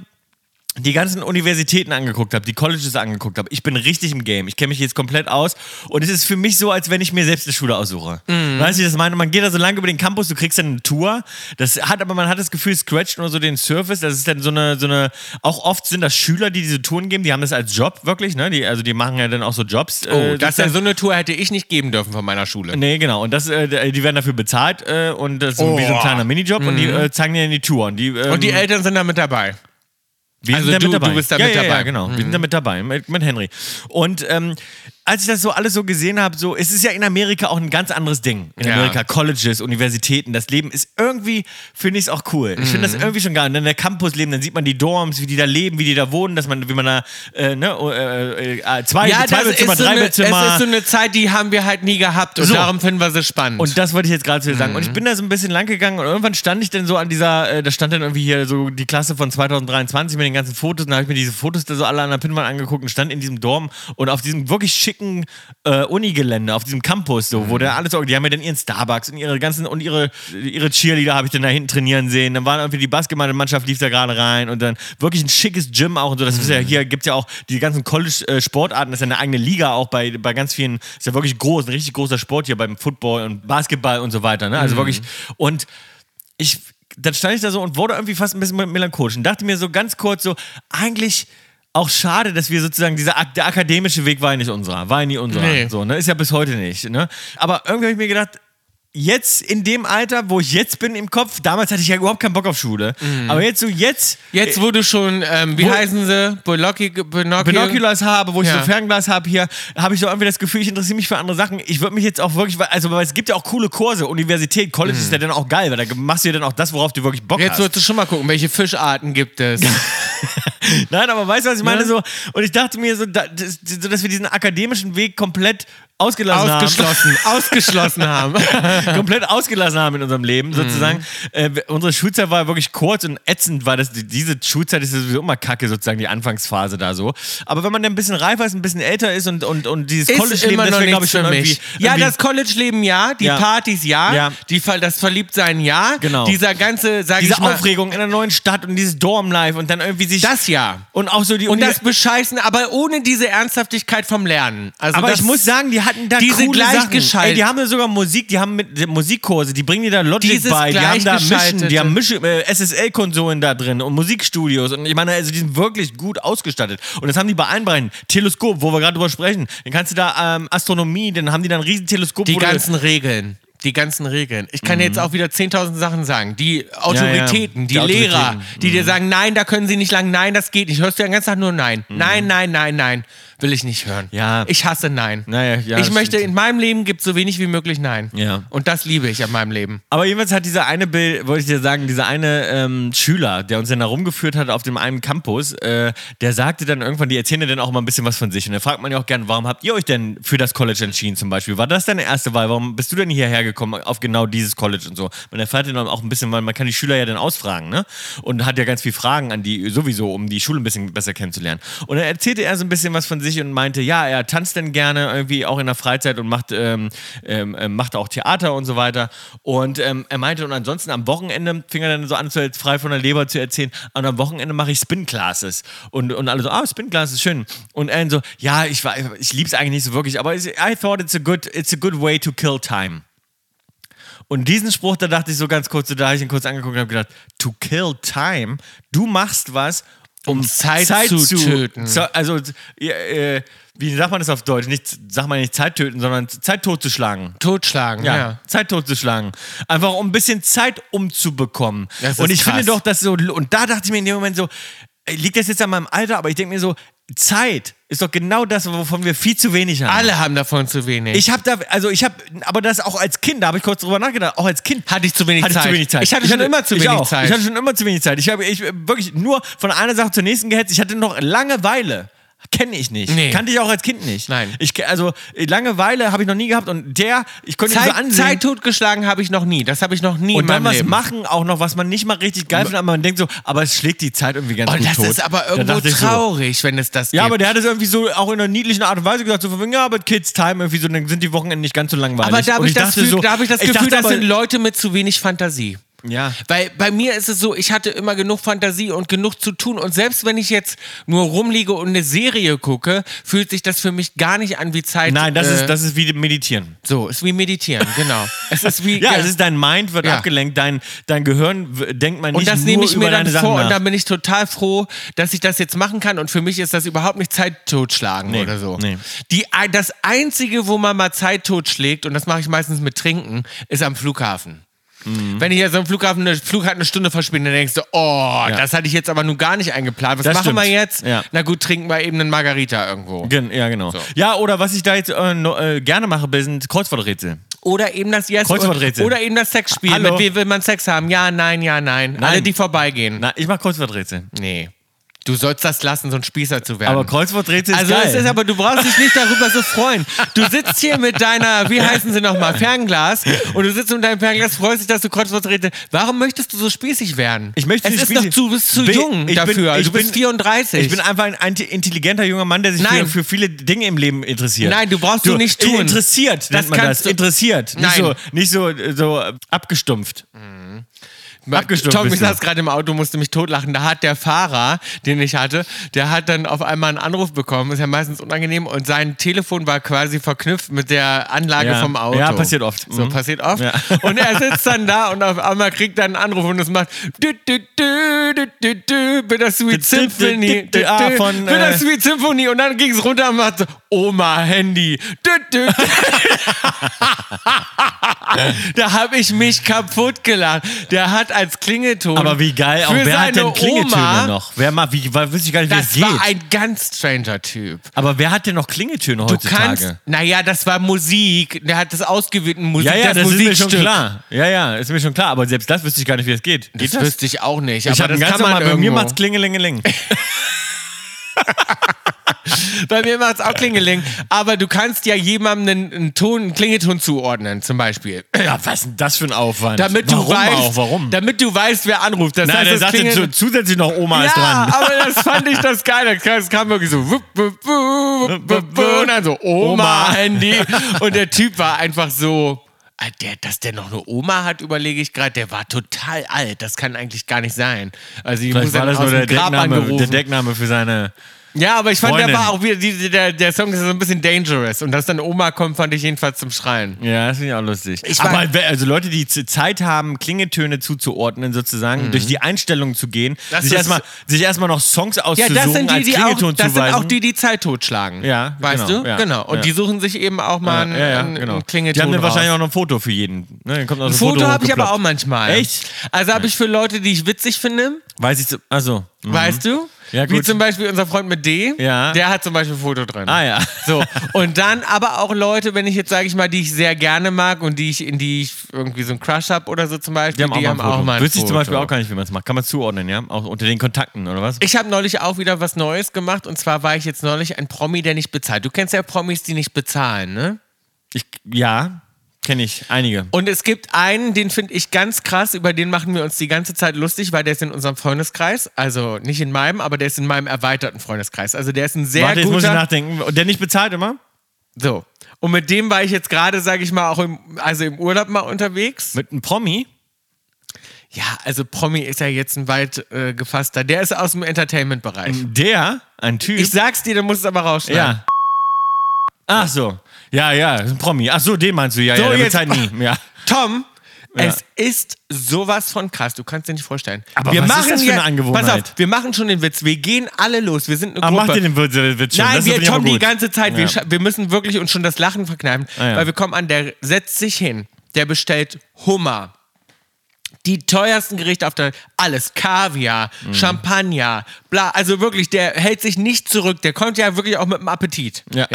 die ganzen Universitäten angeguckt habe, die Colleges angeguckt habe, ich bin richtig im Game. Ich kenne mich jetzt komplett aus. Und es ist für mich so, als wenn ich mir selbst eine Schule aussuche. Mhm. Weißt du, wie ich das meine? Man geht da so lange über den Campus, du kriegst dann eine Tour. Das hat aber, man hat das Gefühl, es scratcht nur so den Surface. Das ist dann so eine, so eine, auch oft sind das Schüler, die diese Touren geben, die haben das als Job wirklich, ne? Die, also die machen ja dann auch so Jobs. Oh, äh, das ist das ja so eine Tour hätte ich nicht geben dürfen von meiner Schule. Nee, genau. Und das, äh, die werden dafür bezahlt äh, und das ist so wie so ein Oh. kleiner Minijob und die äh, zeigen dir dann die Tour. Und die, ähm, Und die Eltern sind da mit dabei. wir also sind da du- mit dabei. du bist da ja, mit ja, Ja, dabei. mhm. genau. Wir sind da mit dabei, mit, mit Henry. Und ähm, als ich das so alles so gesehen habe, so, es ist ja in Amerika auch ein ganz anderes Ding. In Ja. Amerika, Colleges, Universitäten, das Leben ist irgendwie, finde ich es auch cool. Ich finde das Mhm. irgendwie schon geil. Und dann der Campusleben, dann sieht man die Dorms, wie die da leben, wie die da wohnen, dass man, wie man da, äh, ne, äh, äh, zwei, zwei Bettzimmer, so drei eine, es ist Bettzimmer. so eine Zeit, die haben wir halt nie gehabt. Und So. darum finden wir sie spannend. Und das wollte ich jetzt gerade zu dir sagen. Und ich bin da so ein bisschen lang gegangen und irgendwann stand ich dann so an dieser, äh, da stand dann irgendwie hier so die Klasse von 2023 mit den ganzen Fotos. Und da habe ich mir diese Fotos da so alle an der Pinwand angeguckt und stand in diesem Dorm und auf diesem wirklich schicken äh, Unigelände, auf diesem Campus, so, wo da alles, die haben ja dann ihren Starbucks und ihre ganzen, und ihre, ihre Cheerleader habe ich dann da hinten trainieren sehen. Dann waren irgendwie die Basketballmannschaft lief da gerade rein und dann wirklich ein schickes Gym auch und so. Das ist ja hier, gibt ja auch die ganzen College-Sportarten, das ist ja eine eigene Liga auch bei, bei ganz vielen, ist ja wirklich groß, ein richtig großer Sport hier beim Football und Basketball und so weiter. Ne? Also wirklich, und ich, dann stand ich da so und wurde irgendwie fast ein bisschen melancholisch und dachte mir so ganz kurz so, eigentlich auch schade, dass wir sozusagen dieser ak- der akademische Weg war ja nicht unserer, war ja nie unserer. Nee. So, ne? Ist ja bis heute nicht. Ne? Aber irgendwie habe ich mir gedacht, jetzt in dem Alter, wo ich jetzt bin im Kopf, damals hatte ich ja überhaupt keinen Bock auf Schule, aber jetzt so jetzt Mhm. äh, Jetzt, wo du schon, ähm, wie Wo- heißen sie? Binocchi Binocchio. Binoculars habe, wo ich Ja. so Fernglas habe hier, habe ich so irgendwie das Gefühl, ich interessiere mich für andere Sachen. Ich würde mich jetzt auch wirklich, also weil es gibt ja auch coole Kurse, Universität, College ist ja dann auch geil, weil da machst du ja dann auch das, worauf du wirklich Bock Mhm. Jetzt hast. solltest du schon mal gucken, welche Fischarten gibt es. Nein, aber weißt du, was ich meine? Ne? So, und ich dachte mir so, da, das, so, dass wir diesen akademischen Weg komplett ausgelassen ausgeschlossen, ausgeschlossen haben. haben. komplett ausgelassen haben in unserem Mhm. Leben, sozusagen. Äh, wir- unsere Schulzeit war wirklich kurz und ätzend, war das, die- diese Schulzeit ist ja sowieso immer kacke, sozusagen, die Anfangsphase da so. Aber wenn man dann ein bisschen reifer ist, ein bisschen älter ist und, und, und dieses Ist College-Leben, immer das noch wäre, glaube nichts ich, schon für irgendwie, mich. Ja, irgendwie das College-Leben ja, die Ja. Partys ja, Ja. Die, Ver- das Verliebtsein ja, Genau. dieser ganze, sag diese ich mal, Aufregung in der neuen Stadt und dieses Dormlife und dann irgendwie sich... das ja. und auch so die... Und Uni- das Bescheißen, aber ohne diese Ernsthaftigkeit vom Lernen. Also Aber das, ich muss sagen, die hatten da Diese coole Sachen. gleichgeschalt- Ey, die haben ja sogar Musik, die haben mit die Musikkurse, die bringen dir da Logic Dieses bei, die haben da Mischen, gleichgeschaltete- die haben Misch äh, SSL-Konsolen da drin und Musikstudios und ich meine, also die sind wirklich gut ausgestattet. Und das haben die bei allen beiden. Teleskop, wo wir gerade drüber sprechen, dann kannst du da ähm, Astronomie, dann haben die da ein riesen Teleskop. die wo du- Mhm. ganzen Regeln. Die ganzen Regeln. Ich kann jetzt auch wieder 10.000 Sachen sagen. Die Autoritäten, ja. die, Die Autoritäten. Mhm. Lehrer, die dir sagen, nein, da können sie nicht lang, nein, das geht nicht. Hörst du ja den ganzen Tag nur nein. Nein, nein, nein, nein. Will ich nicht hören. Mhm. Ja. Ich hasse nein. Naja, ja, ich das möchte, stimmt. in meinem Leben gibt es so wenig wie möglich nein. Ja. Und das liebe ich an meinem Leben. Aber jedenfalls hat dieser eine Bild, wollte ich dir sagen, dieser eine ähm, Schüler, der uns dann da rumgeführt hat auf dem einen Campus, äh, der sagte dann irgendwann, die erzählen dir dann auch mal ein bisschen was von sich. Und da fragt man ja auch gern, warum habt ihr euch denn für das College entschieden zum Beispiel? War das deine erste Wahl? Warum bist du denn hierher gekommen auf genau dieses College und so? Man erfährt dann auch ein bisschen, weil man kann die Schüler ja dann ausfragen, ne? Und hat ja ganz viele Fragen an die sowieso, um die Schule ein bisschen besser kennenzulernen. Und dann erzählte er so ein bisschen was von sich sich und meinte, ja, er tanzt denn gerne irgendwie auch in der Freizeit und macht, ähm, ähm, ähm, macht auch Theater und so weiter. Und ähm, er meinte, und ansonsten am Wochenende fing er dann so an, zu, jetzt frei von der Leber zu erzählen, und am Wochenende mache ich Spin-Classes. Und, und alle so, ah, Spin-Classes, schön. Und Alan so, ja, ich, war- ich liebe es eigentlich nicht so wirklich, aber I thought it's a good, it's a good way to kill time. Und diesen Spruch, da dachte ich so ganz kurz, so da habe ich ihn kurz angeguckt und habe gedacht, to kill time, du machst was, um, Um Zeit zu töten. zu- also, äh, äh, wie sagt man das auf Deutsch? Nicht, sag mal nicht Zeit töten, sondern Zeit totzuschlagen. Totschlagen, Ja, ja. Zeit totzuschlagen. Einfach um ein bisschen Zeit umzubekommen. Das ist Und ich krass. finde doch, dass so, und da dachte ich mir in dem Moment so, äh, liegt das jetzt an meinem Alter, aber ich denke mir so, Zeit ist doch genau das, wovon wir viel zu wenig haben. Alle haben davon zu wenig. Ich habe da, also ich habe, aber das auch als Kind, da habe ich kurz drüber nachgedacht, auch als Kind Hatte ich zu wenig Zeit. zu wenig Zeit. Ich hatte schon immer zu ich wenig auch. Zeit. Ich hatte schon immer zu wenig Zeit. Ich habe ich, wirklich nur von einer Sache zur nächsten gehetzt. Ich hatte noch Langeweile. Kenne ich nicht. Nee. Kannte ich auch als Kind nicht. Nein. Ich, ke- also Langeweile habe ich noch nie gehabt und der, ich konnte ihn so Zeit, ansehen. Zeit totgeschlagen habe ich noch nie. Das habe ich noch nie in und dann meinem was Leben. machen auch noch, was man nicht mal richtig geil findet, aber man denkt so, aber es schlägt die Zeit irgendwie ganz Oh, gut das tot. ist aber Da irgendwo dachte ich so, traurig, wenn es das ja, aber gibt. der hat es irgendwie so auch in einer niedlichen Art und Weise gesagt, so von wegen, ja, aber Kids Time irgendwie so, dann sind die Wochenenden nicht ganz so langweilig. aber da Und habe ich, das dachte Gefühl- so, da hab ich das ich Gefühl, dachte das aber- sind Leute mit zu wenig Fantasie. Ja. Weil bei mir ist es so, ich hatte immer genug Fantasie und genug zu tun. Und selbst wenn ich jetzt nur rumliege und eine Serie gucke, fühlt sich das für mich gar nicht an wie Zeit. Nein, das, äh, ist, das ist wie meditieren. So, ist wie meditieren, genau. Es ist wie. Ja, es ist dein Mind wird Ja. abgelenkt, dein, dein Gehirn w- denkt man nicht und das nur nehme ich über mir dann deine vor Sachen und nach. dann bin ich total froh, dass ich das jetzt machen kann. Und für mich ist das überhaupt nicht Zeit totschlagen Nee, oder so. nee. Die, das Einzige, wo man mal Zeit totschlägt, und das mache ich meistens mit Trinken, ist am Flughafen. Mhm. Wenn ich jetzt am Flughafen eine, Flug hat eine Stunde verspielt, dann denkst du, oh, das hatte ich jetzt aber nun gar nicht eingeplant. Was Das machen wir stimmt. jetzt? Ja. Na gut, trinken wir eben einen Margarita irgendwo. Gen ja, genau. Ja, oder was ich da jetzt äh, no, äh, gerne mache, sind Kreuzworträtsel. Oder eben das yes Kreuzworträtsel. oder eben das Sexspiel. Hallo? Mit wem will man Sex haben? Ja, nein, ja, nein. Alle, die vorbeigehen. Na, ich mache Kreuzworträtsel. Nee. Du sollst das lassen, so ein Spießer zu werden. Aber Kreuzworträtsel ist also geil. es ist aber, du brauchst dich nicht darüber so freuen. Du sitzt hier mit deiner, wie heißen sie nochmal, Fernglas und du sitzt mit deinem Fernglas, freust dich, dass du Kreuzworträte. Warum möchtest du so spießig werden? ich möchte es nicht ist spießig- doch zu, du bist zu Bin- jung ich dafür. Bin, ich du bist bin, 34. Ich bin einfach ein anti- intelligenter junger Mann, der sich Nein. Für, für viele Dinge im Leben interessiert. Nein, du brauchst du nicht tun. Interessiert, das nennt man das. kannst du- Interessiert. Nicht Nein. so, nicht so, so abgestumpft. abgestumpft Tom, ich bist du. saß gerade im Auto, musste mich totlachen. Da hat der Fahrer, den ich hatte, der hat dann auf einmal einen Anruf bekommen. Ist ja meistens unangenehm. Und sein Telefon war quasi verknüpft mit der Anlage Ja. vom Auto. Ja, passiert oft. So, Mhm. passiert oft. Ja. Und er sitzt dann da und auf einmal kriegt er einen Anruf und es macht dü, dü, dü, dü, dü, dü, Bittersweet Dü, dü, dü, Symphony. dü, dü, ah, von, äh, Bittersweet Symphony. Und dann ging es runter und macht so, Oma, Handy. Dü, dü, dü. Da habe ich mich kaputt gelacht. Der hat als Klingelton. Aber wie geil, auch für wer hat seine denn Klingeltöne Oma, noch? Wer mal, wie, weil, wüsste ich gar nicht, wie es Das geht. war ein ganz stranger Typ. Aber wer hat denn noch Klingeltöne Du heutzutage? kannst. Naja, das war Musik. Der hat das ausgewählt in Musik. ja, ja, das, ist mir schon Musikstück. klar. Ja, ja, ist mir schon klar. Aber selbst das wüsste ich gar nicht, wie es geht. Das, Geht wüsste ich auch nicht. Ich aber habe das ganz kann man normal, bei mir irgendwo. macht's klingelingeling. Bei mir macht's auch Klingeling. Aber du kannst ja jemandem einen, einen Ton, einen Klingelton zuordnen, zum Beispiel. ja, was ist denn das für ein Aufwand? Damit warum du weißt, auch, warum? damit du weißt, wer anruft. Das Nein, heißt, er das sagte Klingel- zu, zusätzlich noch Oma ist ja, dran. aber das fand ich das geil. Das kam wirklich so wupp, wupp, wupp, wupp, wupp, und dann so Oma, Oma. Handy. Und der Typ war einfach so. äh, Der, dass der noch eine Oma hat, überlege ich gerade. Der war total alt. Das kann eigentlich gar nicht sein. Also ich muss Vielleicht war dann das aus nur dem der Grab Deckname, der angerufen. Deckname für seine. ja, aber ich fand, Freundin. der war auch wieder die, die- der, der Song ist so ein bisschen dangerous. Und dass dann Oma kommt, fand ich jedenfalls zum Schreien. Ja, das finde ich auch lustig. Ich war- aber wer- also Leute, die zu- Zeit haben, Klingetöne zuzuordnen, sozusagen, Mhm. durch die Einstellungen zu gehen, Das sich ist- erstmal sich erstmal noch Songs Ja, auszusuchen, das sind die, als die auch, Klingelton das sind zuweisen. auch die, die Zeit totschlagen. Ja, weißt genau, du? ja, genau. Und ja. die suchen sich eben auch mal einen, ja, ja, einen, genau. einen Klingelton. Die haben dann raus. wahrscheinlich auch noch ein Foto für jeden. Ne, dann kommt noch so ein Foto habe ich aber auch hochgeploppt. manchmal. Echt? Also habe ich für Leute, die ich witzig finde, Weiß ich, so- also. Mhm. weißt du? Ja, Wie gut. zum Beispiel unser Freund mit D, Ja. der hat zum Beispiel ein Foto drin. Ah ja. So, und dann aber auch Leute, wenn ich jetzt, sage ich mal, die ich sehr gerne mag und die ich, in die ich irgendwie so einen Crush habe oder so zum Beispiel, die haben auch mal ein Wüsste ich zum Beispiel Foto. auch gar nicht, wie man es macht. Kann man zuordnen, ja? Auch unter den Kontakten, oder was? Ich habe neulich auch wieder was Neues gemacht und zwar war ich jetzt neulich ein Promi, der nicht bezahlt. Du kennst ja Promis, die nicht bezahlen, ne? Ich- ja. kenne ich einige. Und es gibt einen, den finde ich ganz krass, über den machen wir uns die ganze Zeit lustig, weil der ist in unserem Freundeskreis, also nicht in meinem, aber der ist in meinem erweiterten Freundeskreis. Also der ist ein sehr Warte, jetzt muss ich guter. nachdenken. Und der nicht bezahlt immer? So. Und mit dem war ich jetzt gerade, sage ich mal, auch im, also im Urlaub mal unterwegs. Mit einem Promi? Ja, also Promi ist ja jetzt ein weit äh, gefasster. Der ist aus dem Entertainment-Bereich. Der? Ein Typ? Ich sag's dir, du musst es aber rausschneiden. Mhm. ja. Ach so. Ja, ja, ein Promi. Ach so, den meinst du. Ja, So, ja, der jetzt- bezahlt nie. Ja. Tom, es ist sowas von krass. Du kannst dir nicht vorstellen. Aber was ist das für eine Angewohnheit? Pass auf, wir machen schon den Witz. Wir gehen alle los. Wir sind eine Aber Gruppe. macht ihr den Witz Witz schon? Nein, das wir finde ich aber Tom die gut. ganze Zeit. Ja. Wir, scha- wir müssen wirklich uns schon das Lachen verkneifen. Ah, ja. Weil wir kommen an, der setzt sich hin, der bestellt Hummer. Die teuersten Gerichte auf der Welt. Alles. Kaviar, Mhm. Champagner, bla. Also wirklich, der hält sich nicht zurück. Der kommt ja wirklich auch mit dem Appetit. Ja.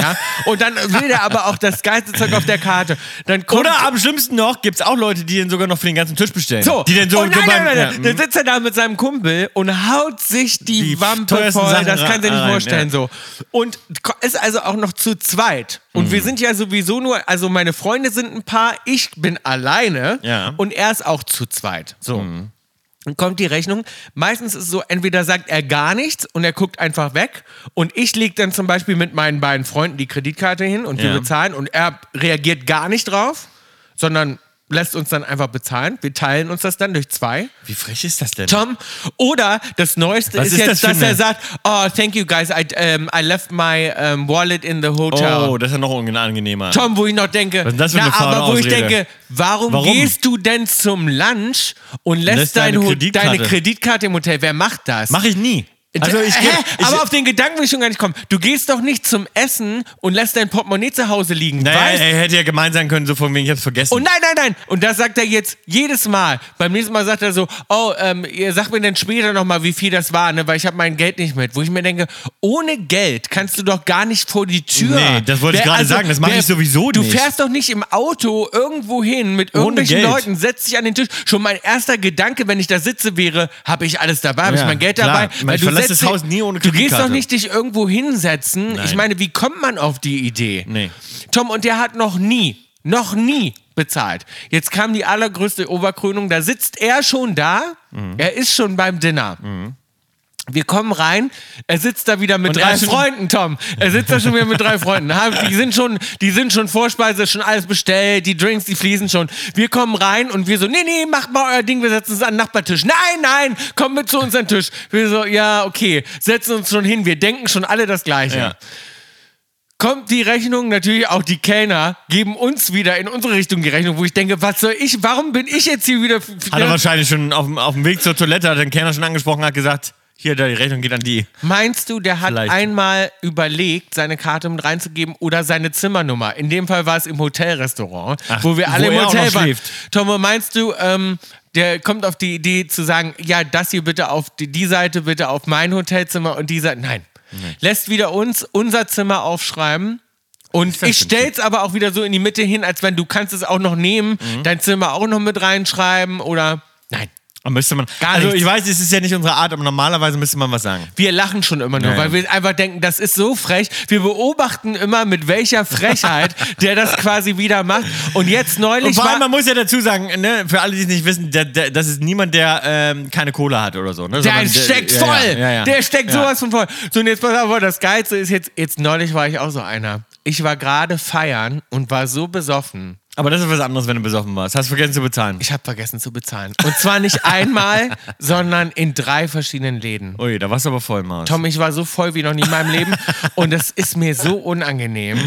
Und dann will der aber auch das geilste Zeug auf der Karte. Dann kommt Oder am schlimmsten noch gibt es auch Leute, die den sogar noch für den ganzen Tisch bestellen. so. Die den so und nein, beim- nein, nein, ja, nein. mhm. Dann sitzt er da mit seinem Kumpel und haut sich die, Die Wampe teuersten voll. Sachen das kannst du dir rein, nicht vorstellen. ja. So. Und ko- ist also auch noch zu zweit. Und Hm. wir sind ja sowieso nur, also meine Freunde sind ein paar, ich bin alleine Ja. und er ist auch zu zweit. So. Dann kommt die Rechnung. Meistens ist es so, entweder sagt er gar nichts und er guckt einfach weg. Und ich lege dann zum Beispiel mit meinen beiden Freunden die Kreditkarte hin und wir Ja. bezahlen. Und er reagiert gar nicht drauf, sondern lässt uns dann einfach bezahlen. Wir teilen uns das dann durch zwei. Wie frech ist das denn? Tom. Oder das Neueste Was ist, ist das jetzt, für dass er eine- sagt, oh, thank you guys, I, ähm, I left my ähm, wallet in the hotel. Oh, das ist ja noch unangenehmer. Tom, wo ich noch denke, ist das für na, eine faule aber wo ich Ausrede? denke, warum, Warum? gehst du denn zum Lunch und lässt, Lässt dein deine Ho- Kreditkarte. deine Kreditkarte im Hotel? Wer macht das? Mach ich nie. also ich, geb- Hä? ich- aber auf den Gedanken will ich schon gar nicht kommen. Du gehst doch nicht zum Essen und lässt dein Portemonnaie zu Hause liegen. Naja, weißt er hätte ja gemein sein können, so von wegen, ich hab's vergessen. Und Oh, nein, nein, nein. Und das sagt er jetzt jedes Mal. Beim nächsten Mal sagt er so, oh, ähm, ihr sagt mir dann später nochmal, wie viel das war, ne? weil ich habe mein Geld nicht mit. Wo ich mir denke, ohne Geld kannst du doch gar nicht vor die Tür. Nee, das wollte ich Wer- also gerade sagen, das mache wer- ich sowieso Du nicht. fährst doch nicht im Auto irgendwo hin mit irgendwelchen Geld. Leuten, setzt dich an den Tisch. Schon mein erster Gedanke, wenn ich da sitze, wäre, habe ich alles dabei, habe Ja, ich mein Geld klar. dabei. Ich meine, Weil ich du verlasse setzt das dich- Haus nie ohne Du gehst doch Kreditkarte. nicht dich irgendwo hinsetzen. Ich Nein. meine, wie kommt man auf die Idee? Nee. Tom und der hat noch nie, noch nie bezahlt. Jetzt kam die allergrößte Oberkrönung, da sitzt er schon da, Mhm. er ist schon beim Dinner. Wir kommen rein, er sitzt da wieder mit Und er drei ist schon- Freunden, Tom. Er sitzt da schon wieder mit drei Freunden. Hab- Die sind schon, die sind schon Vorspeise, schon alles bestellt, die Drinks, die fließen schon. Wir kommen rein und wir so, nee, nee, macht mal euer Ding, wir setzen uns an den Nachbartisch. Nein, nein, kommt mit zu uns an den Tisch. Wir so, ja, okay, setzen uns schon hin, wir denken schon alle das Gleiche ja. kommt die Rechnung, natürlich auch die Kellner geben uns wieder in unsere Richtung die Rechnung, wo ich denke, was soll ich, warum bin ich jetzt hier wieder? Hat er wahrscheinlich schon auf, dem- auf dem Weg zur Toilette, hat den Kellner schon angesprochen, hat gesagt, hier, da die Rechnung geht an die. Meinst du, der hat Vielleicht. einmal überlegt, seine Karte mit reinzugeben oder seine Zimmernummer? In dem Fall war es im Hotelrestaurant, Ach, wo wir alle wo im er auch Hotel noch waren. schläft. Tom, meinst du, ähm, der kommt auf die Idee zu sagen, ja, das hier bitte auf die, die Seite, bitte auf mein Hotelzimmer und die Seite? Nein. Lässt wieder uns unser Zimmer aufschreiben. Und ich stell's aber auch wieder so in die Mitte hin, als wenn du kannst es auch noch nehmen, Mhm. dein Zimmer auch noch mit reinschreiben oder nein. Aber Müsste man. Gar also nichts. ich weiß, es ist ja nicht unsere Art, aber normalerweise müsste man was sagen. Wir lachen schon immer nur, Ja, ja. weil wir einfach denken, das ist so frech. Wir beobachten immer, mit welcher Frechheit der das quasi wieder macht. Und jetzt Und neulich vor allem, man war muss ja dazu sagen, ne, für alle, die es nicht wissen, der, der, das ist niemand, der ähm, keine Kohle hat oder so. der Ne, sondern steckt ja, voll. Ja, ja, ja. Der steckt ja. sowas von voll. So, und jetzt pass auf, das Geilste ist jetzt, jetzt neulich war ich auch so einer. Ich war gerade feiern und war so besoffen. Aber das ist was anderes, wenn du besoffen warst. Hast vergessen zu bezahlen. Ich habe vergessen zu bezahlen. Und zwar nicht einmal, sondern in drei verschiedenen Läden. Ui, da warst du aber voll, Maus. Tom, ich war so voll wie noch nie in meinem Leben und das ist mir so unangenehm.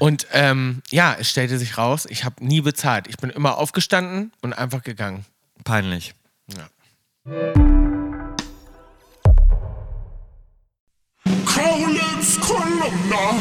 Und ähm, ja, es stellte sich raus, ich habe nie bezahlt. Ich bin immer aufgestanden und einfach gegangen. Peinlich. Kaulitz Kolumna.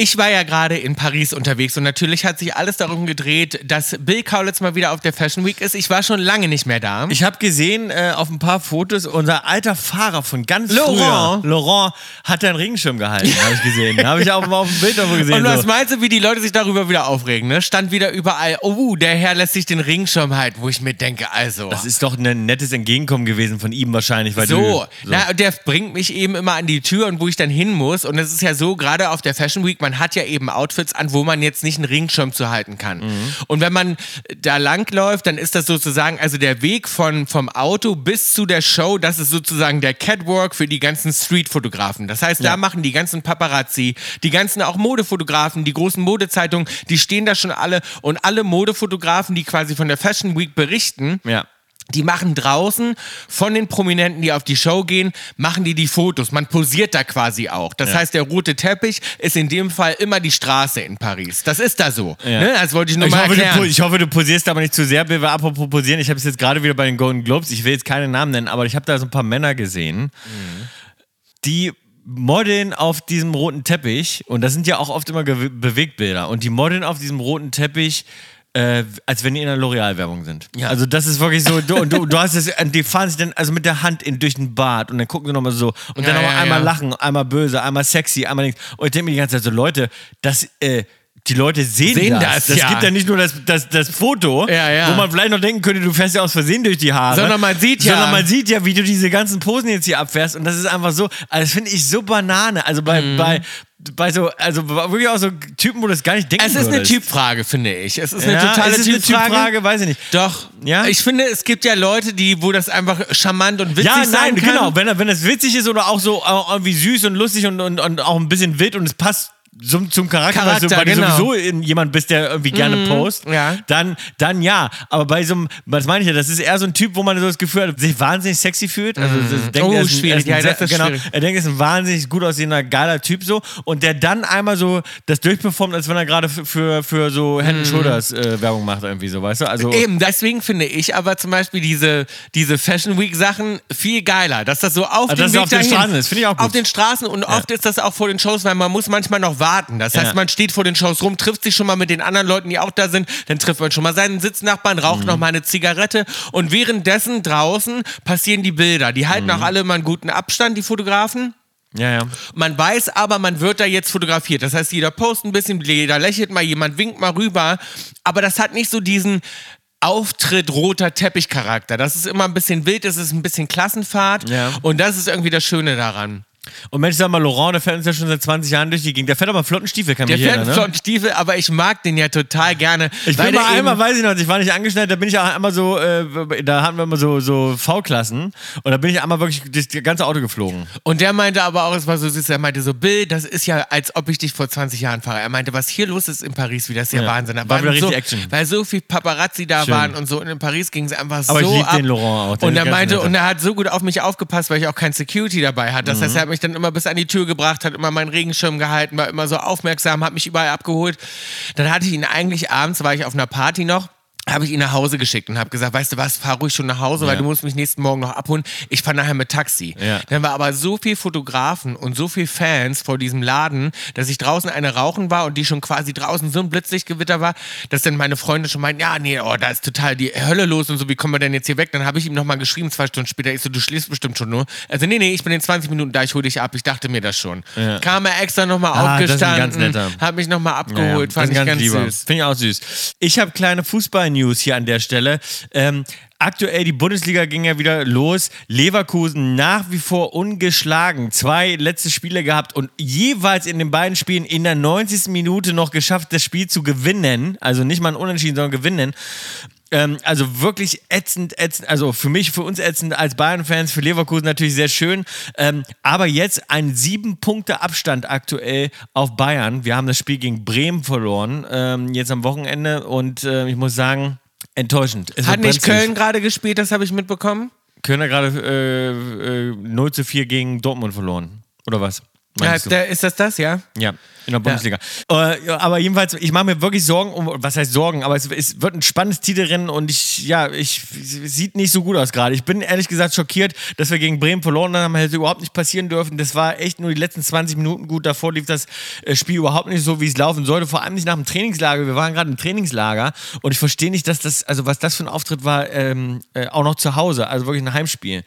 Ich war ja gerade in Paris unterwegs und natürlich hat sich alles darum gedreht, dass Bill Kaulitz mal wieder auf der Fashion Week ist. Ich war schon lange nicht mehr da. Ich habe gesehen äh, auf ein paar Fotos, unser alter Fahrer von ganz Laurent. früher, Laurent, hat einen Regenschirm gehalten, habe ich gesehen. habe ich auch mal auf dem Bild davon gesehen. und was so. meinst du, wie die Leute sich darüber wieder aufregen? Ne? Stand wieder überall, oh, der Herr lässt sich den Regenschirm halten, wo ich mir denke, also. Das ist doch ein nettes Entgegenkommen gewesen von ihm wahrscheinlich. Weil So, du, Na, und der bringt mich eben immer an die Tür und wo ich dann hin muss. Und es ist ja so, gerade auf der Fashion Week, man man hat ja eben Outfits an, wo man jetzt nicht einen Regenschirm zu halten kann. Mhm. Und wenn man da langläuft, dann ist das sozusagen, also der Weg von, vom Auto bis zu der Show, das ist sozusagen der Catwalk für die ganzen Streetfotografen. Das heißt, da machen die ganzen Paparazzi, die ganzen auch Modefotografen, die großen Modezeitungen, die stehen da schon alle und alle Modefotografen, die quasi von der Fashion Week berichten, Ja. die machen draußen von den Prominenten, die auf die Show gehen, machen die die Fotos. Man posiert da quasi auch. Das heißt, der rote Teppich ist in dem Fall immer die Straße in Paris. Das ist da so. Ja. Ne? Das wollte ich nur Ich mal hoffe, du, erklären. po- ich hoffe, du posierst aber nicht zu sehr, Bill, weil apropos posieren, ich habe es jetzt gerade wieder bei den Golden Globes, ich will jetzt keine Namen nennen, aber ich habe da so ein paar Männer gesehen, die modeln auf diesem roten Teppich und das sind ja auch oft immer Ge Bewegtbilder und die modeln auf diesem roten Teppich äh, als wenn die in einer L'Oreal-Werbung sind. Ja. Also das ist wirklich so, du, und du, du hast es, und die fahren sich dann also mit der Hand in, durch den Bart und dann gucken sie nochmal so und dann Ja, nochmal ja, einmal ja. lachen, einmal böse, einmal sexy, einmal nichts. Und ich denke mir die ganze Zeit so, Leute, das, äh, die Leute sehen, Sehen das. das, das ja. gibt ja nicht nur das, das, das Foto, Ja, ja. wo man vielleicht noch denken könnte, du fährst ja aus Versehen durch die Haare. Sondern man sieht ja. Sondern man sieht ja, wie du diese ganzen Posen jetzt hier abfährst. Und das ist einfach so, also das finde ich so Banane. Also bei, Mhm. bei, bei so, also wirklich auch so Typen, wo du das gar nicht denken es ist eine würdest. Typfrage, finde ich. Es ist eine ja, totale ist es eine Typfrage. Typfrage, weiß ich nicht. Doch. Ja? Ich finde, es gibt ja Leute, die, wo das einfach charmant und witzig Ja, sein nein, kann. genau. Wenn, er- wenn das witzig ist oder auch so äh, irgendwie süß und lustig und, und, und auch ein bisschen wild und es passt zum, zum Charakter, weil du- Charakter, weil du genau. Mhm, sowieso in, jemand bist, der irgendwie gerne post, ja. dann, dann ja. Aber bei so einem, was meine ich ja, das ist eher so ein Typ, wo man so das Gefühl hat, sich wahnsinnig sexy fühlt. Also das denkt, Oh, er ist ein- schwierig. er ein Ja, das sehr- ist genau, schwierig. Er denkt, er ist ein wahnsinnig gut aussehender, geiler Typ so und der dann einmal so das durchperformt, als wenn er gerade für, für, für so Head and Shoulders äh, Werbung macht irgendwie so, weißt du? Also, Mhm. Eben, deswegen finde ich aber zum Beispiel diese, diese Fashion Week Sachen viel geiler, dass das so auf Also, den dass es Weg auf den dahin- Straßen ist, finde ich auch gut. Auf den Straßen und oft ist das auch vor den Shows, weil man muss manchmal noch warten. Das heißt, Ja. man steht vor den Shows rum, trifft sich schon mal mit den anderen Leuten, die auch da sind, dann trifft man schon mal seinen Sitznachbarn, Mhm. raucht noch mal eine Zigarette und währenddessen draußen passieren die Bilder. Die Mhm. halten auch alle mal einen guten Abstand, die Fotografen. ja, ja. Man weiß aber, man wird da jetzt fotografiert. Das heißt, jeder postet ein bisschen, jeder lächelt mal, jemand winkt mal rüber. Aber das hat nicht so diesen Auftritt roter Teppichcharakter. Das ist immer ein bisschen wild, es ist ein bisschen Klassenfahrt. Ja. Und das ist irgendwie das Schöne daran. Und Mensch, sag mal, Laurent, der fährt uns ja schon seit 20 Jahren durch die Gegend. Der fährt aber einen flotten Stiefel, kann Der mich fährt erinnern, einen ne? flotten Stiefel, aber ich mag den ja total gerne. Ich weil bin mal der eben- einmal, weiß ich noch, ich war nicht angeschnallt, da bin ich auch einmal so, äh, da hatten wir immer so, so V-Klassen und da bin ich einmal wirklich das ganze Auto geflogen. Und der meinte aber auch, es war so süß, er meinte so, Bill, das ist ja, als ob ich dich vor 20 Jahren fahre. Er meinte, was hier los ist in Paris, wie das ist ja, Ja. Wahnsinn. Da War waren wieder richtig so, Action. Weil so viel Paparazzi da Schön. waren und so. Und in Paris ging es einfach Aber ich so lieb ab. den Laurent auch, der und ist er ganz meinte, netter. und er hat so gut auf mich aufgepasst, weil ich auch kein Security dabei hatte. Mhm. Das heißt, er hat mich dann immer bis an die Tür gebracht, hat immer meinen Regenschirm gehalten, war immer so aufmerksam, hat mich überall abgeholt. Dann hatte ich ihn eigentlich abends, war ich auf einer Party noch. Habe ich ihn nach Hause geschickt und habe gesagt, weißt du was, fahr ruhig schon nach Hause, weil Ja. du musst mich nächsten Morgen noch abholen. Ich fahre nachher mit Taxi. Ja. Dann war aber so viel Fotografen und so viel Fans vor diesem Laden, dass ich draußen eine rauchen war und die schon quasi draußen so ein Blitzlichtgewitter war, dass dann meine Freunde schon meinten, ja, nee, oh, da ist total die Hölle los und so, wie kommen wir denn jetzt hier weg? Dann habe ich ihm nochmal geschrieben, zwei Stunden später, ich so, du schläfst bestimmt schon nur. Also, nee, nee, ich bin in 20 Minuten da, ich hole dich ab, ich dachte mir das schon. Ja. Kam er extra nochmal Ah, das ist ein ganz aufgestanden, netter. hat mich nochmal abgeholt, das fand ist ich ganz süß. Finde ich auch süß. Ich habe kleine Fußball-News hier an der Stelle. Ähm, aktuell, die Bundesliga ging ja wieder los. Leverkusen nach wie vor ungeschlagen. Zwei letzte Spiele gehabt und jeweils in den beiden Spielen in der 90. Minute noch geschafft, das Spiel zu gewinnen. Also nicht mal ein Unentschieden, sondern gewinnen. Ähm, also wirklich ätzend, ätzend, also für mich, für uns ätzend als Bayern-Fans, für Leverkusen natürlich sehr schön. Ähm, aber jetzt ein sieben Punkte Abstand aktuell auf Bayern. Wir haben das Spiel gegen Bremen verloren, ähm, jetzt am Wochenende und äh, ich muss sagen, enttäuschend. Es Hat wird nicht brenzlig. Köln gerade gespielt, das habe ich mitbekommen? Köln hat gerade äh, äh, 0 zu 4 gegen Dortmund verloren. Oder was? Ja, meinst du? der, ist das das, ja? Ja, in der Bundesliga. Äh, ja, aber jedenfalls, ich mache mir wirklich Sorgen um, was heißt Sorgen, aber es, es wird ein spannendes Titelrennen und ich, ja, ich, es sieht nicht so gut aus gerade. Ich bin ehrlich gesagt schockiert, dass wir gegen Bremen verloren haben, hätte überhaupt nicht passieren dürfen. Das war echt nur die letzten 20 Minuten gut. Davor lief das äh, Spiel überhaupt nicht so, wie es laufen sollte, vor allem nicht nach dem Trainingslager. Wir waren gerade im Trainingslager und ich verstehe nicht, dass das, also was das für ein Auftritt war, ähm, äh, auch noch zu Hause, also wirklich ein Heimspiel.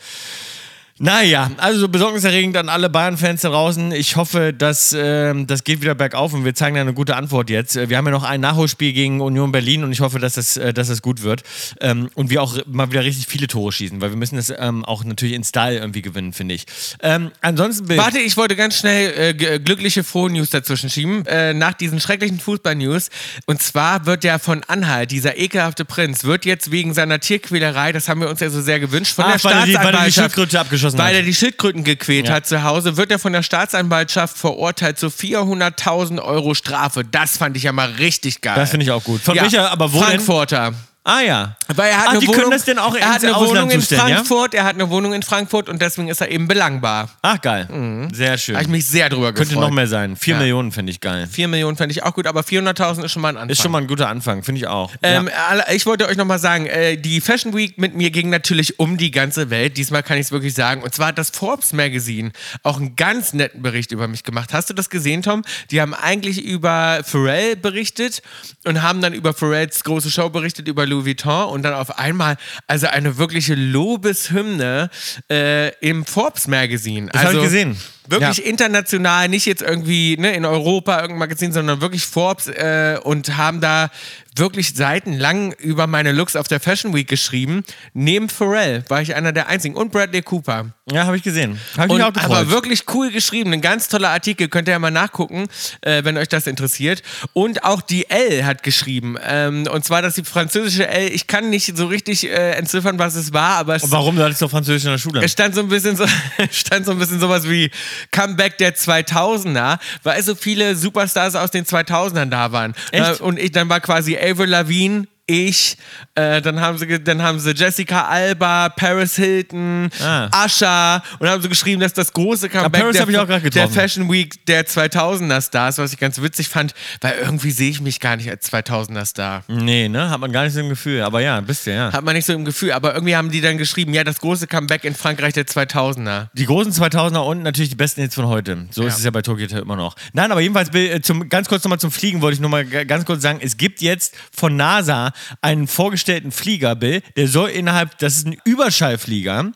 Naja, also besorgniserregend an alle Bayern-Fans da draußen. Ich hoffe, dass ähm, das geht wieder bergauf und wir zeigen da eine gute Antwort jetzt. Äh, Wir haben ja noch ein Nachholspiel gegen Union Berlin und ich hoffe, dass das, äh, dass das gut wird. Ähm, und wir auch mal wieder richtig viele Tore schießen, weil wir müssen das ähm, auch natürlich in Style irgendwie gewinnen, finde ich. Ähm, ansonsten bin Warte, ich wollte ganz schnell äh, g- glückliche Froh-News dazwischen schieben. Äh, nach diesen schrecklichen Fußball-News. Und zwar wird ja von Anhalt, dieser ekelhafte Prinz, wird jetzt wegen seiner Tierquälerei, das haben wir uns ja so sehr gewünscht, von Ach, der weil er die- weil er die Staatsanwaltschaft. Schildkröte abgeschossen weil hat. er die Schildkröten gequält Ja. hat zu Hause, wird er von der Staatsanwaltschaft verurteilt zu 400.000 Euro Strafe. Das fand ich ja mal richtig geil. Das finde ich auch gut. Von ja, welcher, aber wo Frankfurter. denn? Ah ja. Weil er hat Ach, eine die Wohnung, können das denn auch er hat ins eine Wohnung Ausland in zustellen, ja? Frankfurt, er hat eine Wohnung in Frankfurt und deswegen ist er eben belangbar. Ach geil. Sehr schön. Habe ich mich sehr drüber Könnte gefreut. noch mehr sein. Vier Mhm. Ja. Millionen finde ich geil. 4 Millionen fände ich auch gut, aber 400.000 ist schon mal ein Anfang. Ist schon mal ein guter Anfang, finde ich auch. Ähm, ja. alle- Ich wollte euch nochmal sagen, äh, die Fashion Week mit mir ging natürlich um die ganze Welt. Diesmal kann ich es wirklich sagen. Und zwar hat das Forbes Magazine auch einen ganz netten Bericht über mich gemacht. Hast du das gesehen, Tom? Die haben eigentlich über Pharrell berichtet und haben dann über Pharrells große Show berichtet, über Louis Vuitton und dann auf einmal, also eine wirkliche Lobeshymne äh, im Forbes Magazine. Das hab ich gesehen. Also, Wirklich Ja. international, nicht jetzt irgendwie ne, in Europa irgendein Magazin, sondern wirklich Forbes äh, und haben da wirklich seitenlang über meine Looks auf der Fashion Week geschrieben. Neben Pharrell war ich einer der einzigen und Bradley Cooper. ja, habe ich gesehen. Habe ich Und, mich auch gefreut. aber wirklich cool geschrieben, ein ganz toller Artikel, könnt ihr ja mal nachgucken, äh, wenn euch das interessiert. Und auch die L hat geschrieben, ähm, und zwar, dass die französische L, ich kann nicht so richtig äh, entziffern, was es war, aber es Warum? Du hattest doch Französisch in der Schule. es stand so ein bisschen so, es stand so ein bisschen sowas wie Comeback der 2000er, weil so viele Superstars aus den 2000ern da waren. Echt? Äh, Und ich dann war quasi Avril Lavigne ich, äh, dann haben sie, ge- dann haben sie Jessica Alba, Paris Hilton, Ah. Usher und haben so geschrieben, dass das große Comeback Paris der, hab ich auch grad der getroffen. Fashion Week der 2000er Stars, was ich ganz witzig fand, weil irgendwie sehe ich mich gar nicht als 2000er Star. nee, ne? Hat man gar nicht so ein Gefühl. Aber ja, bist du, ja. Hat man nicht so im Gefühl, aber irgendwie haben die dann geschrieben, ja, das große Comeback in Frankreich der 2000er. Die großen 2000er und natürlich die besten Hits von heute. So ist es ja bei Tokyo Hotel immer noch. Nein, aber jedenfalls Bill, äh, zum, ganz kurz nochmal zum Fliegen wollte ich nochmal ganz kurz sagen, es gibt jetzt von NASA einen vorgestellten Flieger, Bill, der soll innerhalb, das ist ein Überschallflieger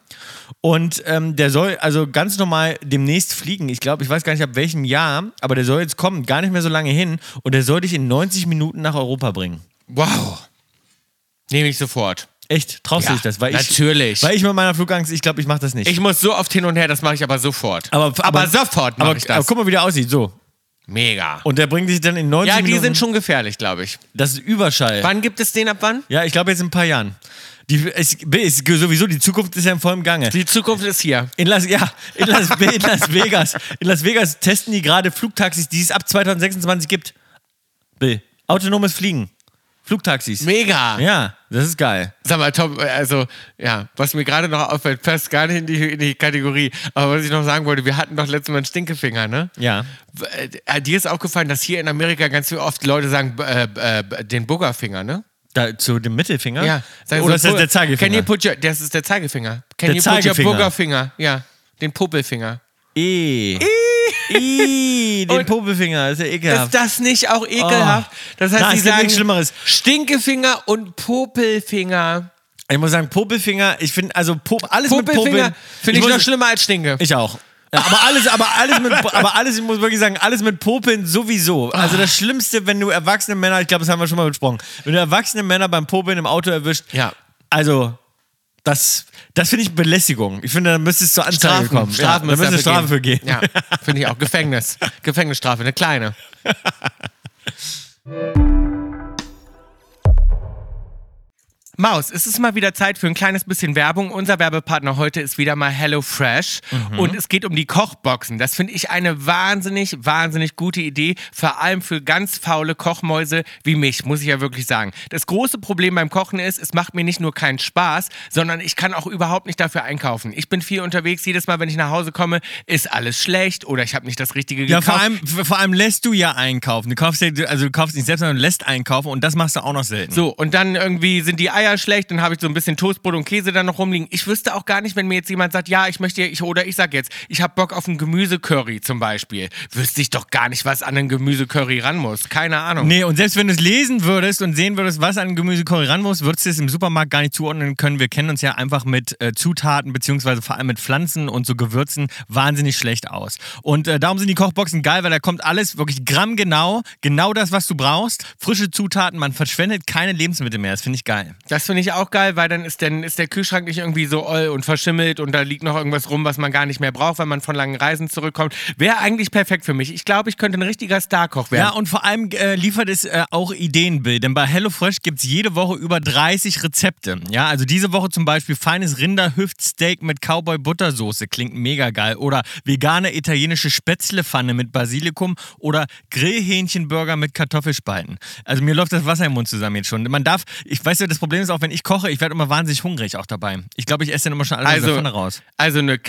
und ähm, der soll also ganz normal demnächst fliegen. Ich glaube, ich weiß gar nicht ab welchem Jahr, aber der soll jetzt kommen, gar nicht mehr so lange hin und der soll dich in 90 Minuten nach Europa bringen. Wow. Nehme ich sofort. Echt, traust du Ja, dich das? Weil natürlich. Ich, weil ich mit meiner Flugangst, ich glaube, ich mache das nicht. Ich muss so oft hin und her, das mache ich aber sofort. aber, aber sofort mache aber- ich das. Aber guck mal, wie der aussieht. So, Mega. Und der bringt sich dann in 90 ja, die Minuten. sind schon gefährlich, glaube ich. Das ist Überschall. Wann gibt es den ab wann? Ja, ich glaube jetzt in ein paar Jahren. Die, es, ist sowieso, die Zukunft ist ja in vollem Gange. Die Zukunft ist hier. In Las, ja, in Las, in Las Vegas. In Las Vegas testen die gerade Flugtaxis, die es ab 2026 gibt. Bill, autonomes Fliegen. Flugtaxis. Mega. Ja, das ist geil. Sag mal, Tom, äh, also, ja, was mir gerade noch auffällt, passt gar nicht in die, in die Kategorie. Aber was ich noch sagen wollte, wir hatten doch letztes Mal einen Stinkefinger, ne? Ja. W- Äh, dir ist aufgefallen, dass hier in Amerika ganz viel oft Leute sagen, b- äh, b- äh, den Buggerfinger, ne? Da, zu dem Mittelfinger? Ja. Sagen Oder ist so, das der "Pu- Can you Zeigefinger? put your, das ist der Zeigefinger. Can Der you put your Zeigefinger. Buggerfinger? Ja, den Popelfinger. Eh. Eh. Den Und- Popelfinger, das ist ja ekelhaft. Ist das nicht auch ekelhaft? Oh. Das heißt, Na, sie es gibt sagen nichts Schlimmeres. Stinkefinger und Popelfinger. Ich muss sagen, Popelfinger, ich finde, also Pop, alles mit Popelfinger Popeln. finde ich, muss- noch schlimmer als Stinke. Ich auch. Ja, aber alles, aber alles mit, aber alles, ich muss wirklich sagen, alles mit Popeln sowieso. Also das Schlimmste, wenn du erwachsene Männer, ich glaube, das haben wir schon mal besprochen, wenn du erwachsene Männer beim Popeln im Auto erwischt, Ja. also das, das finde ich Belästigung. Ich finde, da müsstest du zur Anzeige kommen. Strafen ja, da müsste müsste dafür Strafe für gehen. Ja, finde ich auch. Gefängnis. Gefängnisstrafe, eine kleine. Maus, es ist mal wieder Zeit für ein kleines bisschen Werbung. Unser Werbepartner heute ist wieder mal HelloFresh. Mhm. Und es geht um die Kochboxen. Das finde ich eine wahnsinnig, wahnsinnig gute Idee. Vor allem für ganz faule Kochmäuse wie mich, muss ich ja wirklich sagen. Das große Problem beim Kochen ist, es macht mir nicht nur keinen Spaß, sondern ich kann auch überhaupt nicht dafür einkaufen. Ich bin viel unterwegs. Jedes Mal, wenn ich nach Hause komme, ist alles schlecht oder ich habe nicht das Richtige Ja, gekauft. vor allem, vor allem lässt du ja einkaufen. Du kaufst ja, also du kaufst nicht selbst, sondern lässt einkaufen und das machst du auch noch selten. So, und dann irgendwie sind die Eier Eier schlecht, dann habe ich so ein bisschen Toastbrot und Käse da noch rumliegen. Ich wüsste auch gar nicht, wenn mir jetzt jemand sagt, ja, ich möchte, ich, oder ich sag jetzt, ich habe Bock auf einen Gemüsecurry zum Beispiel. Wüsste ich doch gar nicht, was an einen Gemüsecurry ran muss. Keine Ahnung. Nee, und selbst wenn du es lesen würdest und sehen würdest, was an Gemüsekorri ran muss, würdest du es im Supermarkt gar nicht zuordnen können. Wir kennen uns ja einfach mit äh, Zutaten, beziehungsweise vor allem mit Pflanzen und so Gewürzen wahnsinnig schlecht aus. Und äh, darum sind die Kochboxen geil, weil da kommt alles wirklich grammgenau, genau das, was du brauchst. Frische Zutaten, man verschwendet keine Lebensmittel mehr. Das finde ich geil. Das finde ich auch geil, weil dann ist, dann ist der Kühlschrank nicht irgendwie so oll und verschimmelt und da liegt noch irgendwas rum, was man gar nicht mehr braucht, wenn man von langen Reisen zurückkommt. Wäre eigentlich perfekt für mich. Ich glaube, ich könnte ein richtiger Starkoch werden. Ja, und vor allem äh, liefert es äh, auch Ideenbild. Denn bei HelloFresh gibt es jede Woche über 30 Rezepte. Ja, also diese Woche zum Beispiel feines Rinderhüftsteak mit Cowboy-Buttersoße. Klingt mega geil. Oder vegane italienische Spätzlepfanne mit Basilikum. Oder Grillhähnchenburger mit Kartoffelspalten. Also mir läuft das Wasser im Mund zusammen jetzt schon. Man darf, ich weiß ja, das Problem ist auch, wenn ich koche, ich werde immer wahnsinnig hungrig auch dabei. Ich glaube, ich esse dann immer schon alles aus der also, Pfanne raus. also eine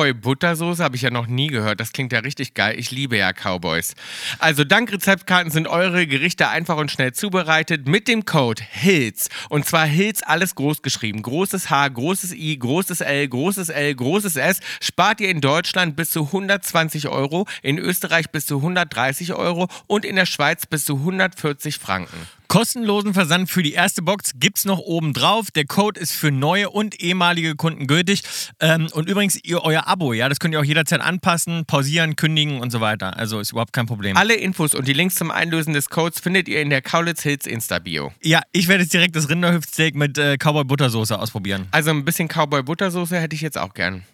Cowboy-Buttersoße habe ich ja noch nie gehört. Das klingt ja richtig geil. Ich liebe ja Cowboys. Also dank Rezeptkarten sind eure Gerichte einfach und schnell zubereitet mit dem Code HILS. Und zwar HILS alles groß geschrieben. Großes H, großes I, großes L, großes L, großes S. Spart ihr in Deutschland bis zu 120 Euro, in Österreich bis zu 130 Euro und in der Schweiz bis zu 140 Franken. Kostenlosen Versand für die erste Box gibt's noch oben drauf. Der Code ist für neue und ehemalige Kunden gültig. Ähm, und übrigens, ihr, euer Abo, ja, das könnt ihr auch jederzeit anpassen, pausieren, kündigen und so weiter. Also ist überhaupt kein Problem. Alle Infos und die Links zum Einlösen des Codes findet ihr in der Kaulitz-Hills Insta-Bio. ja, ich werde jetzt direkt das Rinderhüftsteak mit äh, Cowboy-Buttersoße ausprobieren. Also ein bisschen Cowboy-Buttersoße hätte ich jetzt auch gern.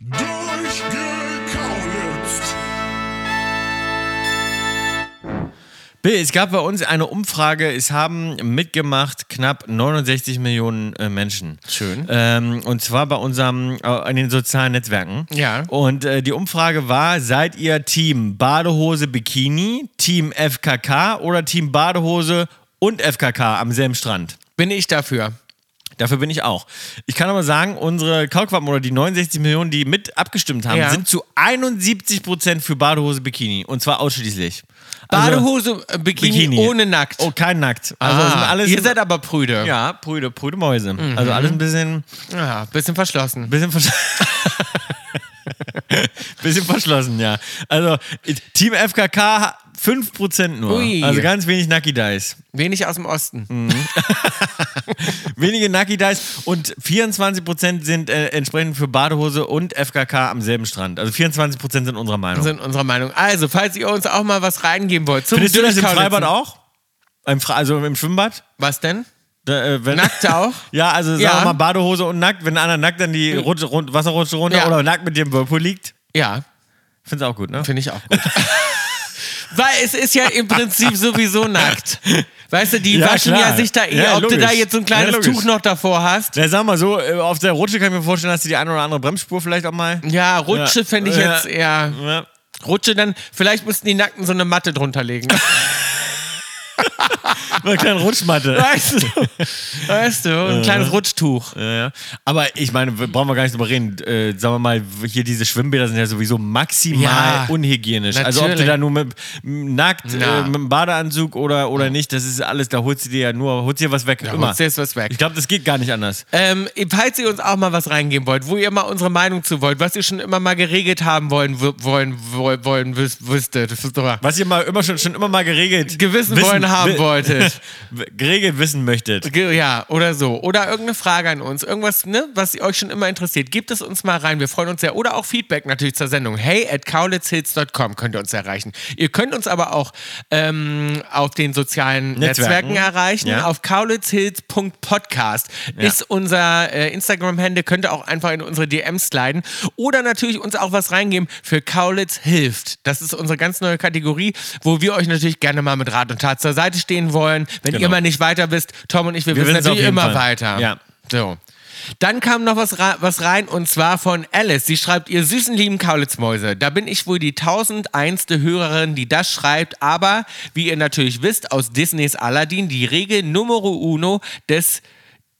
Durchgekaulitzt. Bill, es gab bei uns eine Umfrage. Es haben mitgemacht knapp 69 Millionen äh, Menschen. Schön. Ähm, und zwar bei unserem, äh, in den sozialen Netzwerken. Ja. Und äh, die Umfrage war: Seid ihr Team Badehose Bikini, Team FKK oder Team Badehose und FKK am selben Strand? Bin ich dafür. Dafür bin ich auch. Ich kann aber sagen, unsere Kaulquappen oder die 69 Millionen, die mit abgestimmt haben, Ja. sind zu 71 Prozent für Badehose Bikini. Und zwar ausschließlich. Also- Badehose, äh, Bikini, ohne nackt. Oh, kein Nackt. Also das sind alles ihr seid aber prüde. ja, prüde, prüde Mäuse. Also alles ein bisschen, Ja, Ah, bisschen verschlossen. bisschen, versch bisschen verschlossen, ja. Also Team FKK 5% nur. Ui. Also ganz wenig Nucky Dice. Wenig aus dem Osten. Wenige Nucky Dice und 24% sind äh, entsprechend für Badehose und FKK am selben Strand. Also 24% sind unserer Meinung. Sind unserer Meinung. Also, falls ihr uns auch mal was reingeben wollt. Zum Findest du das im Südkaulitzen- Freibad auch? Im Fre also im Schwimmbad? Was denn? Da, äh, wenn- Nackt auch? Ja, also sagen Ja. Hm. wir mal Badehose und nackt. Wenn einer nackt dann die Rutsche, rund, Wasserrutsche runter Ja. oder nackt mit dir im Whirlpool liegt. Ja, Find's auch gut, ne? finde ich auch gut. Weil es ist ja im Prinzip sowieso nackt. Weißt du, die Ja, waschen klar. ja sich da eh. Ja, Ob du da logisch. jetzt so ein Ja, kleines logisch. Tuch noch davor hast. Na, sag mal so, äh, auf der Rutsche kann ich mir vorstellen, hast du die eine oder andere Bremsspur vielleicht auch mal. Ja, Rutsche fände ich Ja. jetzt eher. Ja. Rutsche dann, vielleicht müssten die Nackten so eine Matte drunter legen. Mit einer kleinen Rutschmatte. Weißt du? Weißt du? Ein kleines Rutschtuch. Ja, ja. Aber ich meine, wir- brauchen wir gar nicht drüber reden. Äh, sagen wir mal, hier diese Schwimmbäder sind ja sowieso maximal Ja, unhygienisch. Also ob du natürlich. da nur mit, m- nackt, Na. äh, mit einem Badeanzug oder, oder nicht, das ist alles, da holst du dir ja nur, holst dir was weg. immer. holst dir jetzt was weg. Ich glaube, das geht gar nicht anders. Ähm, falls ihr uns auch mal was reingeben wollt, wo ihr mal unsere Meinung zu wollt, was ihr schon immer mal geregelt haben wollen, w- wollen, wollen, wollen wüs wüsstet, das ist doch- Was ihr mal immer schon, schon immer mal geregelt Gewissen wollen haben wi- wolltet. geregelt wissen möchtet. Ge- ja, oder so. Oder irgendeine Frage an uns, irgendwas, ne, was euch schon immer interessiert. Gebt es uns mal rein, wir freuen uns sehr. Oder auch Feedback natürlich zur Sendung. Hey at kaulitzhits.com könnt ihr uns erreichen. Ihr könnt uns aber auch ähm, auf den sozialen Netzwerken. Netzwerken, erreichen. Ja. Auf kaulitzhits.podcast ist unser äh, Instagram-Handle, könnt ihr auch einfach in unsere DMs sliden. Oder natürlich uns auch was reingeben für Kaulitz hilft. Das ist unsere ganz neue Kategorie, wo wir euch natürlich gerne mal mit Rat und Tat zur Seite stehen wollen. Wenn Genau. ihr mal nicht weiter wisst, Tom und ich, wir wir Wir wissen wissen's auf natürlich jeden immer Fall. weiter. Ja. So. Dann kam noch was, ra- was rein und zwar von Alice. Sie schreibt, ihr süßen lieben Kaulitzmäuse, da bin ich wohl die tausendeinste Hörerin, die das schreibt, aber wie ihr natürlich wisst, aus Disneys Aladdin die Regel Numero uno des,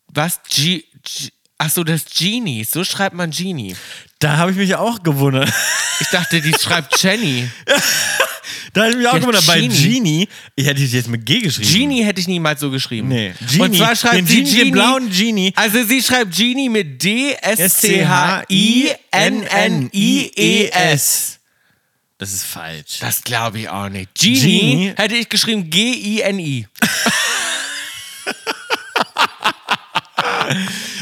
was, G, G, ach so, des Genies, so schreibt man Genie. Da habe ich mich auch gewundert. Ich dachte, die schreibt Jenny. Da hätte ich mich auch Der gewundert. Bei Genie. Genie, ich hätte es jetzt mit G geschrieben. Genie hätte ich niemals so geschrieben. Nee. Genie. Und zwar schreibt den sie Genie, den blauen Genie. Also sie schreibt Genie mit D-S-C-H-I-N-N-I-E-S. E S. Das ist falsch. E Das glaube ich auch nicht. Genie, Genie. hätte ich geschrieben G-I-N-I.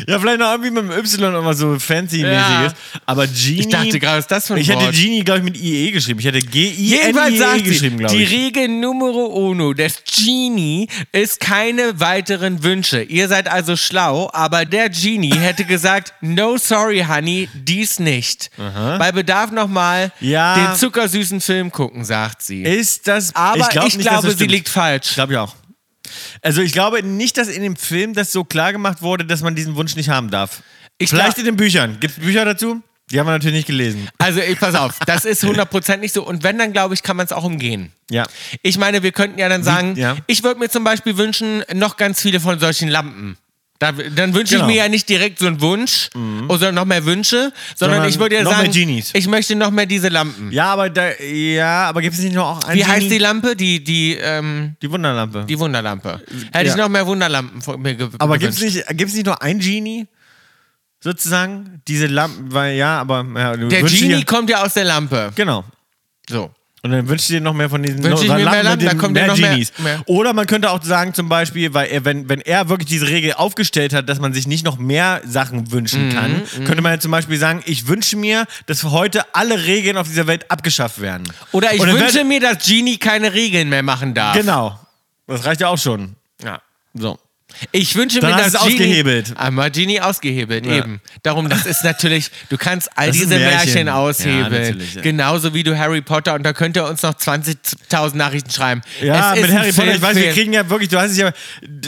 Ja, vielleicht noch irgendwie mit dem Y irgendwas so fancy-mäßiges. Ja. Aber Genie. Ich dachte gerade, was ist das für ein Ich hätte Wort? Genie, glaube ich, mit IE geschrieben. Ich hätte Jedenfalls G-I-N-I-E sagt E geschrieben, sie, glaube die ich. Regel numero uno des Genie ist keine weiteren Wünsche. Ihr seid also schlau, aber der Genie hätte gesagt, no sorry honey, dies nicht. Bei Bedarf nochmal Ja. den zuckersüßen Film gucken, sagt sie. Ist das. aber ich, glaub nicht, dass das glaube, sie stimmt. liegt falsch. Glaube ich auch. Also ich glaube nicht, dass in dem Film das so klar gemacht wurde, dass man diesen Wunsch nicht haben darf. Ich Vielleicht glaub- in den Büchern. Gibt es Bücher dazu? Die haben wir natürlich nicht gelesen. Also ich, pass auf, das ist 100% nicht so. Und wenn, dann glaube ich, kann man es auch umgehen. Ja. Ich meine, wir könnten ja dann sagen, ja. ich würde mir zum Beispiel wünschen, noch ganz viele von solchen Lampen. Da, dann wünsche Genau. Mhm. ich mir ja nicht direkt so einen Wunsch oder noch mehr Wünsche, sondern, Sondern ich würde ja noch mehr sagen, Genies. ich möchte noch mehr diese Lampen. Ja, aber da, ja, aber gibt es nicht noch auch einen Wie heißt die Genie? Lampe? Die, die, ähm, Die Wunderlampe. die Wunderlampe. Hätte Ja. ich noch mehr Wunderlampen von mir ge aber gibt es gewünscht. nicht, gibt's nicht nur einen Genie? Sozusagen? Diese Lampen, weil ja, aber ja, du Der wünschst Genie dir, kommt ja aus der Lampe. Genau. So. Und dann wünschst du dir noch mehr von diesen Wünsch ich no, mir mehr mit Lampen, den dann kommen dir noch mehr- mehr. Oder man könnte auch sagen, zum Beispiel, weil er, wenn, wenn er wirklich diese Regel aufgestellt hat, dass man sich nicht noch mehr Sachen wünschen Mhm, kann, könnte man ja zum Beispiel sagen, ich wünsche mir, dass heute alle Regeln auf dieser Welt abgeschafft werden. Oder ich Und dann wünsche werden- mir, dass Genie keine Regeln mehr machen darf. Genau. Das reicht ja auch schon. Ja. So. Ich wünsche Dann mir, hast dass du es Genie, ausgehebelt. Einmal Genie ausgehebelt, eben. Darum, das ist natürlich, du kannst all Das ist ein diese Märchen. Märchen, Ja, aushebeln. natürlich, ja. Genauso wie du Harry Potter und da könnt ihr uns noch 20.000 Nachrichten schreiben. Ja, Es ist mit ein Harry Potter, ich weiß, wir Filmfehler. kriegen ja wirklich, du hast es ja.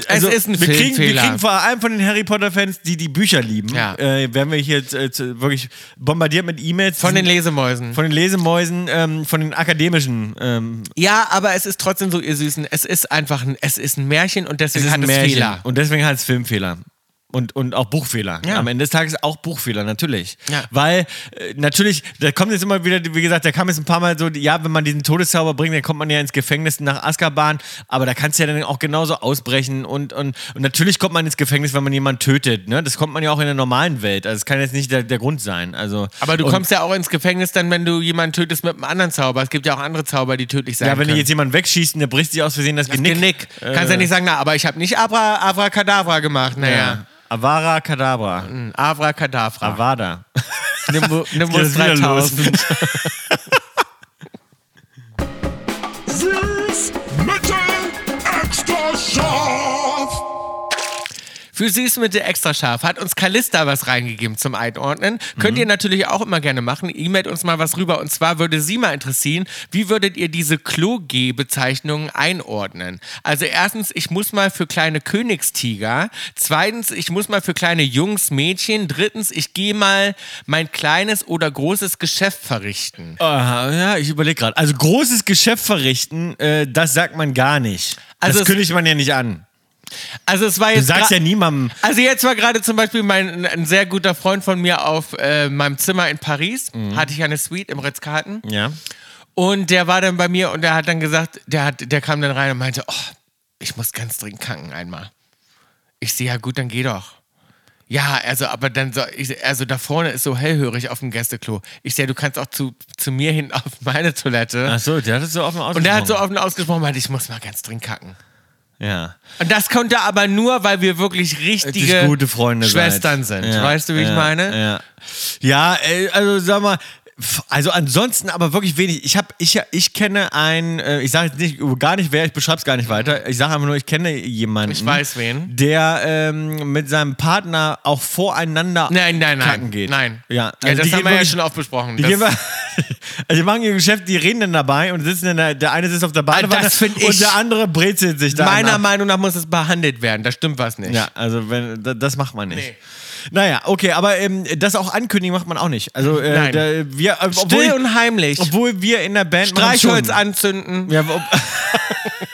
Also, ist ein wir kriegen, wir Filmfehler. kriegen vor allem von den Harry Potter-Fans, die die Bücher lieben, Ja. äh, werden wir hier jetzt, äh, zu- wirklich bombardiert mit E-Mails. Von Die den sind- Lesemäusen. Von den Lesemäusen, ähm, von den akademischen. Ähm, ja, aber es ist trotzdem so, ihr Süßen, es ist einfach ein, es ist ein Märchen und deswegen hat es Fehler. Und deswegen hat es Filmfehler. Und, und auch Buchfehler. Ja. Am Ende des Tages auch Buchfehler, natürlich. Ja. Weil äh, natürlich, da kommt jetzt immer wieder, wie gesagt, da kam jetzt ein paar Mal so, die- ja, wenn man diesen Todeszauber bringt, dann kommt man ja ins Gefängnis nach Azkaban, aber da kannst du ja dann auch genauso ausbrechen und, und, und natürlich kommt man ins Gefängnis, wenn man jemanden tötet. Ne? Das kommt man ja auch in der normalen Welt. Also das kann jetzt nicht der, der Grund sein. Also, Aber du und, kommst ja auch ins Gefängnis dann, wenn du jemanden tötest mit einem anderen Zauber. Es gibt ja auch andere Zauber, die tödlich sein Ja, wenn können. du jetzt jemanden wegschießt und der bricht sich aus Versehen das, Genick. äh, Genick. Kannst ja nicht sagen, na, aber ich habe nicht Abra, Abracadabra gemacht. Naja. Hm, Ja. Mhm. Avara Kadabra. Abracadabra. Avada. Nimbus, Nimbus Nimbus 3000. Süß, Mittel, extra scharf. Für Süßmittel extra scharf hat uns Kalista was reingegeben zum Einordnen. Könnt Mhm. ihr natürlich auch immer gerne machen. E-Mailt uns mal was rüber. Und zwar würde sie mal interessieren, wie würdet ihr diese Klo-G-Bezeichnungen einordnen? Also erstens, ich muss mal für kleine Königstiger. Zweitens, ich muss mal für kleine Jungs, Mädchen. Drittens, ich gehe mal mein kleines oder großes Geschäft verrichten. Aha, ja, ich überlege gerade. Also großes Geschäft verrichten, äh, das sagt man gar nicht. Also das es- kündigt man ja nicht an. Also es war Du jetzt sagst gra- ja niemandem. Also jetzt war gerade zum Beispiel mein, ein sehr guter Freund von mir auf äh, meinem Zimmer in Paris. Hatte ich eine Suite im Ritzkarten. Ja. Und der war dann bei mir und der hat dann gesagt, der, hat, der kam dann rein und meinte, oh, ich muss ganz dringend kanken einmal. Ich sehe ja gut, dann geh doch. Ja, also, aber dann so, ich, also da vorne ist so hellhörig auf dem Gästeklo. Ich sehe, du kannst auch zu, zu mir hin auf meine Toilette. Achso, der hat es so offen ausgesprochen. und der hat so offen ausgesprochen, meinte, ich muss mal ganz dringend kacken. Ja. Und das konnte aber nur, weil wir wirklich richtige Richtig gute Freunde Schwestern seid. sind. Ja, Weißt du, wie ja, ich meine? Ja, ja äh, also sag mal, f- also ansonsten aber wirklich wenig. Ich habe, ich, ich kenne einen, äh, ich sage jetzt nicht, gar nicht wer, ich beschreibe es gar nicht weiter. Ich sage einfach nur, ich kenne jemanden. Ich weiß wen. Der ähm, mit seinem Partner auch voreinander Nein, nein, nein. kacken geht. Nein. Ja, ja also das die haben wir gehen ja wirklich- schon oft besprochen. Die, Das- gehen wir, also die machen ihr Geschäft, die reden dann dabei und sitzen dann da, der eine sitzt auf der Badewanne Ah, das find ich- und der andere brezelt sich da. meiner ab. Meinung nach muss es behandelt werden. Da stimmt was nicht. Ja, also wenn, da- das macht man nicht. Nee. Naja, okay, aber ähm, das auch ankündigen macht man auch nicht. Also äh, Nein. Da, wir, äh, obwohl, Still und heimlich. obwohl wir in der Band machen schon. Streichholz anzünden. Ja, ob,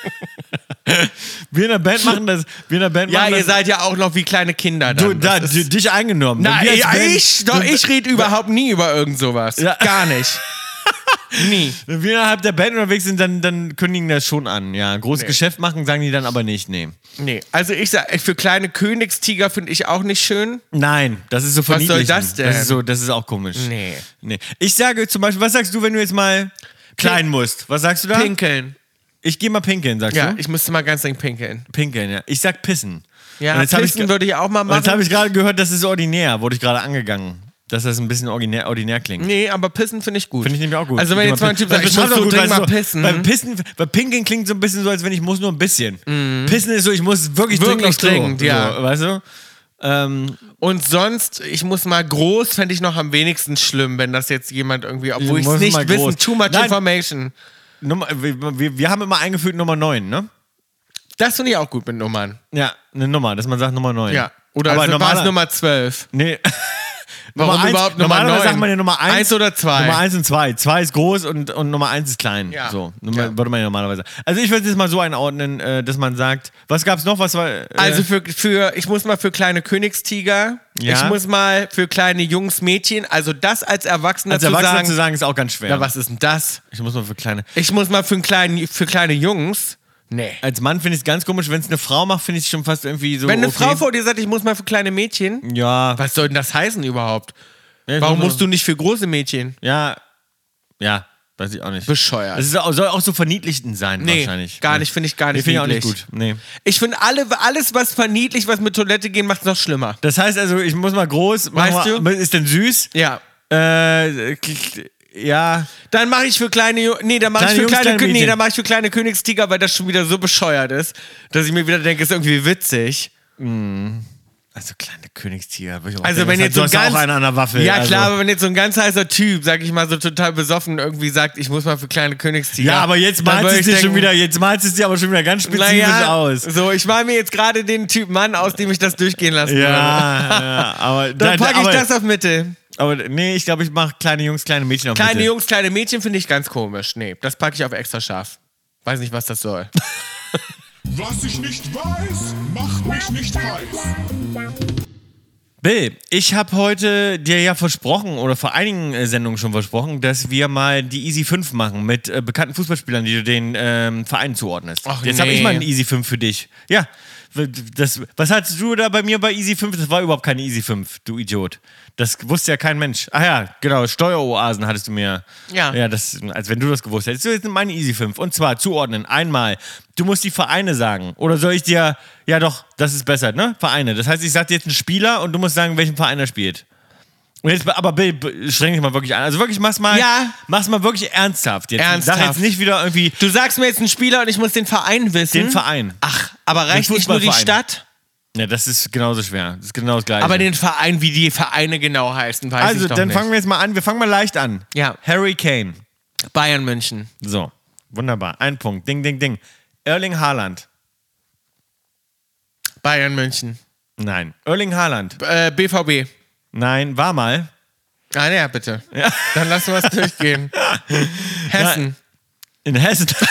wir in der Band machen das. Wir in der Band Ja, machen ihr das. seid ja auch noch wie kleine Kinder. Dann. Du, da, Das d- ist- dich eingenommen. Na, Wenn wir als ich, Band- ich, doch, ich rede überhaupt nie über irgend sowas. Ja. Gar nicht. Nie. Wenn wir innerhalb der Band unterwegs sind, dann, dann kündigen das schon an. Ja, großes Nee. Geschäft machen, sagen die dann aber nicht. Nee. Nee, also ich sag, für kleine Königstiger finde ich auch nicht schön. Nein, das ist so soll verniedlichen. das denn? Das ist, so, das ist auch komisch. Nee. nee. Ich sage zum Beispiel, was sagst du, wenn du jetzt mal klein musst? Was sagst du da? Pinkeln. Ich gehe mal pinkeln, sagst Ja, du? ich musste mal ganz dringend pinkeln. pinkeln, ja. Ich sag pissen. Ja, Und jetzt hab pissen ich, würde ich auch mal Und jetzt machen. habe ich gerade gehört, das ist ordinär, wurde ich gerade angegangen. Dass das ein bisschen ordinär, ordinär klingt. Nee, aber pissen finde ich gut. Finde ich nämlich auch gut. Also wenn Geh jetzt mal mal ein Typ pissen. sagt, ich Das muss so beschreibt auch gut, dringend weißt mal du, pissen. Beim Pissen, bei Pinkeln klingt so ein bisschen so, als wenn ich muss nur ein bisschen. Pissen ist so, ich muss wirklich, dringend Mhm. Wirklich aufs Klo. dringend, ja. So, weißt du? Ähm, Und sonst, ich muss mal groß, fände ich noch am wenigsten schlimm, wenn das jetzt jemand irgendwie, obwohl ich muss es nicht mal wissen, groß. too much Nein. information. Nummer, wir, wir, wir haben immer eingeführt Nummer 9, ne? Das finde ich auch gut mit Nummern. Ja, eine Nummer, dass man sagt Nummer 9. Ja. Oder aber also war es normaler- Nummer 12? Nee. Warum Nummer eins- überhaupt Nummer normalerweise neun? sagt man ja Nummer 1. Eins oder zwei? Nummer 1 und 2. 2 ist groß und, und Nummer 1 ist klein. Ja. So, Nummer, Ja. würde man ja normalerweise. Also ich würde es jetzt mal so einordnen, äh, dass man sagt, was gab's noch, was war äh, Also für, für, ich muss mal für kleine Königstiger, Ja. ich muss mal für kleine Jungs, Mädchen, also das als Erwachsener, als Erwachsener zu sagen, zu sagen ist auch ganz schwer. ja, was ist denn das? Ich muss mal für kleine Ich muss mal für, einen kleinen, für kleine Jungs, nee. Als Mann finde ich es ganz komisch, wenn es eine Frau macht, finde ich es schon fast irgendwie so Wenn eine okay. Frau vor dir sagt, ich muss mal für kleine Mädchen, ja, was soll denn das heißen überhaupt? Ja, ich Warum muss mal- musst du nicht für große Mädchen? Ja. Ja, weiß ich auch nicht. Bescheuert. Es ist auch, soll auch so verniedlichten sein Nee, wahrscheinlich. gar nicht, finde ich gar nicht Nee, finde ich auch niedlich. nicht gut. Nee. Ich finde alle, alles, was verniedlich, was mit Toilette gehen, macht es noch schlimmer. Das heißt also, ich muss mal groß, mach Weißt mal, du? ist denn süß? Ja. Äh, k- ja, Dann mache ich für kleine Ju- nee, dann mache ich Kleine für Jungs, kleine, kleine Kö- nee, Mädchen. dann mache ich für kleine Königstiger, weil das schon wieder so bescheuert ist, dass ich mir wieder denke, ist irgendwie witzig. also kleine Königstiger. würd ich auch Also denken, wenn das jetzt hat- so ein du hast ganz auch einen an der Waffel. Ja, also. klar, aber wenn jetzt so ein ganz heißer Typ, sag ich mal so total besoffen irgendwie sagt, ich muss mal für kleine Königstiger. Ja, aber jetzt dann malst würd du ich es dir schon denken, wieder, jetzt malst du es dir aber schon wieder ganz spezifisch naja, aus. So, ich mal mir jetzt gerade den Typ Mann aus, dem ich das durchgehen lassen Ja, würde. ja, aber Dann packe ich aber, das auf Mitte. Aber nee, ich glaube, ich mache kleine Jungs, kleine Mädchen auf Kleine Mitte. Jungs, kleine Mädchen finde ich ganz komisch. Nee, das packe ich auf extra scharf. Weiß nicht, was das soll. Was ich nicht weiß, macht mich nicht heiß. Bill, ich habe heute dir ja versprochen oder vor einigen äh, Sendungen schon versprochen, dass wir mal die Easy 5 machen mit äh, bekannten Fußballspielern, die du den ähm, Vereinen zuordnest. Ach, Jetzt habe ich nee. mal einen Easy 5 für dich. Ja. w- Das, was hattest du da bei mir bei Easy 5? Das war überhaupt keine Easy 5, du Idiot. Das wusste ja kein Mensch. Ach ja, genau, Steueroasen hattest du mir. Ja. Ja, das, als wenn du das gewusst hättest. So, jetzt sind meine Easy 5. Und zwar zuordnen. Einmal, du musst die Vereine sagen. Oder soll ich dir, ja doch, das ist besser, ne? Vereine. Das heißt, ich sag dir jetzt einen Spieler und du musst sagen, welchen Verein er spielt. Und jetzt, aber Bill, b- streng dich mal wirklich an. Also wirklich, mach's mal, Ja. mach's mal wirklich ernsthaft. Jetzt. Sag Ernsthaft. jetzt nicht wieder irgendwie Du sagst mir jetzt einen Spieler und ich muss den Verein wissen. den Verein. Ach, aber reicht Den nicht nur die Fußballverein. Stadt? Ja, das ist genauso schwer. Das ist genau das Gleiche. Aber den Verein, wie die Vereine genau heißen, weiß also, ich doch dann nicht. fangen wir jetzt mal an. Wir fangen mal leicht an. Ja. Harry Kane. Bayern München. So, wunderbar. Ein Punkt. Ding, ding, ding. Erling Haaland. Bayern München. Nein. Erling Haaland. Äh, BVB. Nein, war mal. Ah, naja, bitte. Dann lassen wir es durchgehen. Hessen. In Hessen.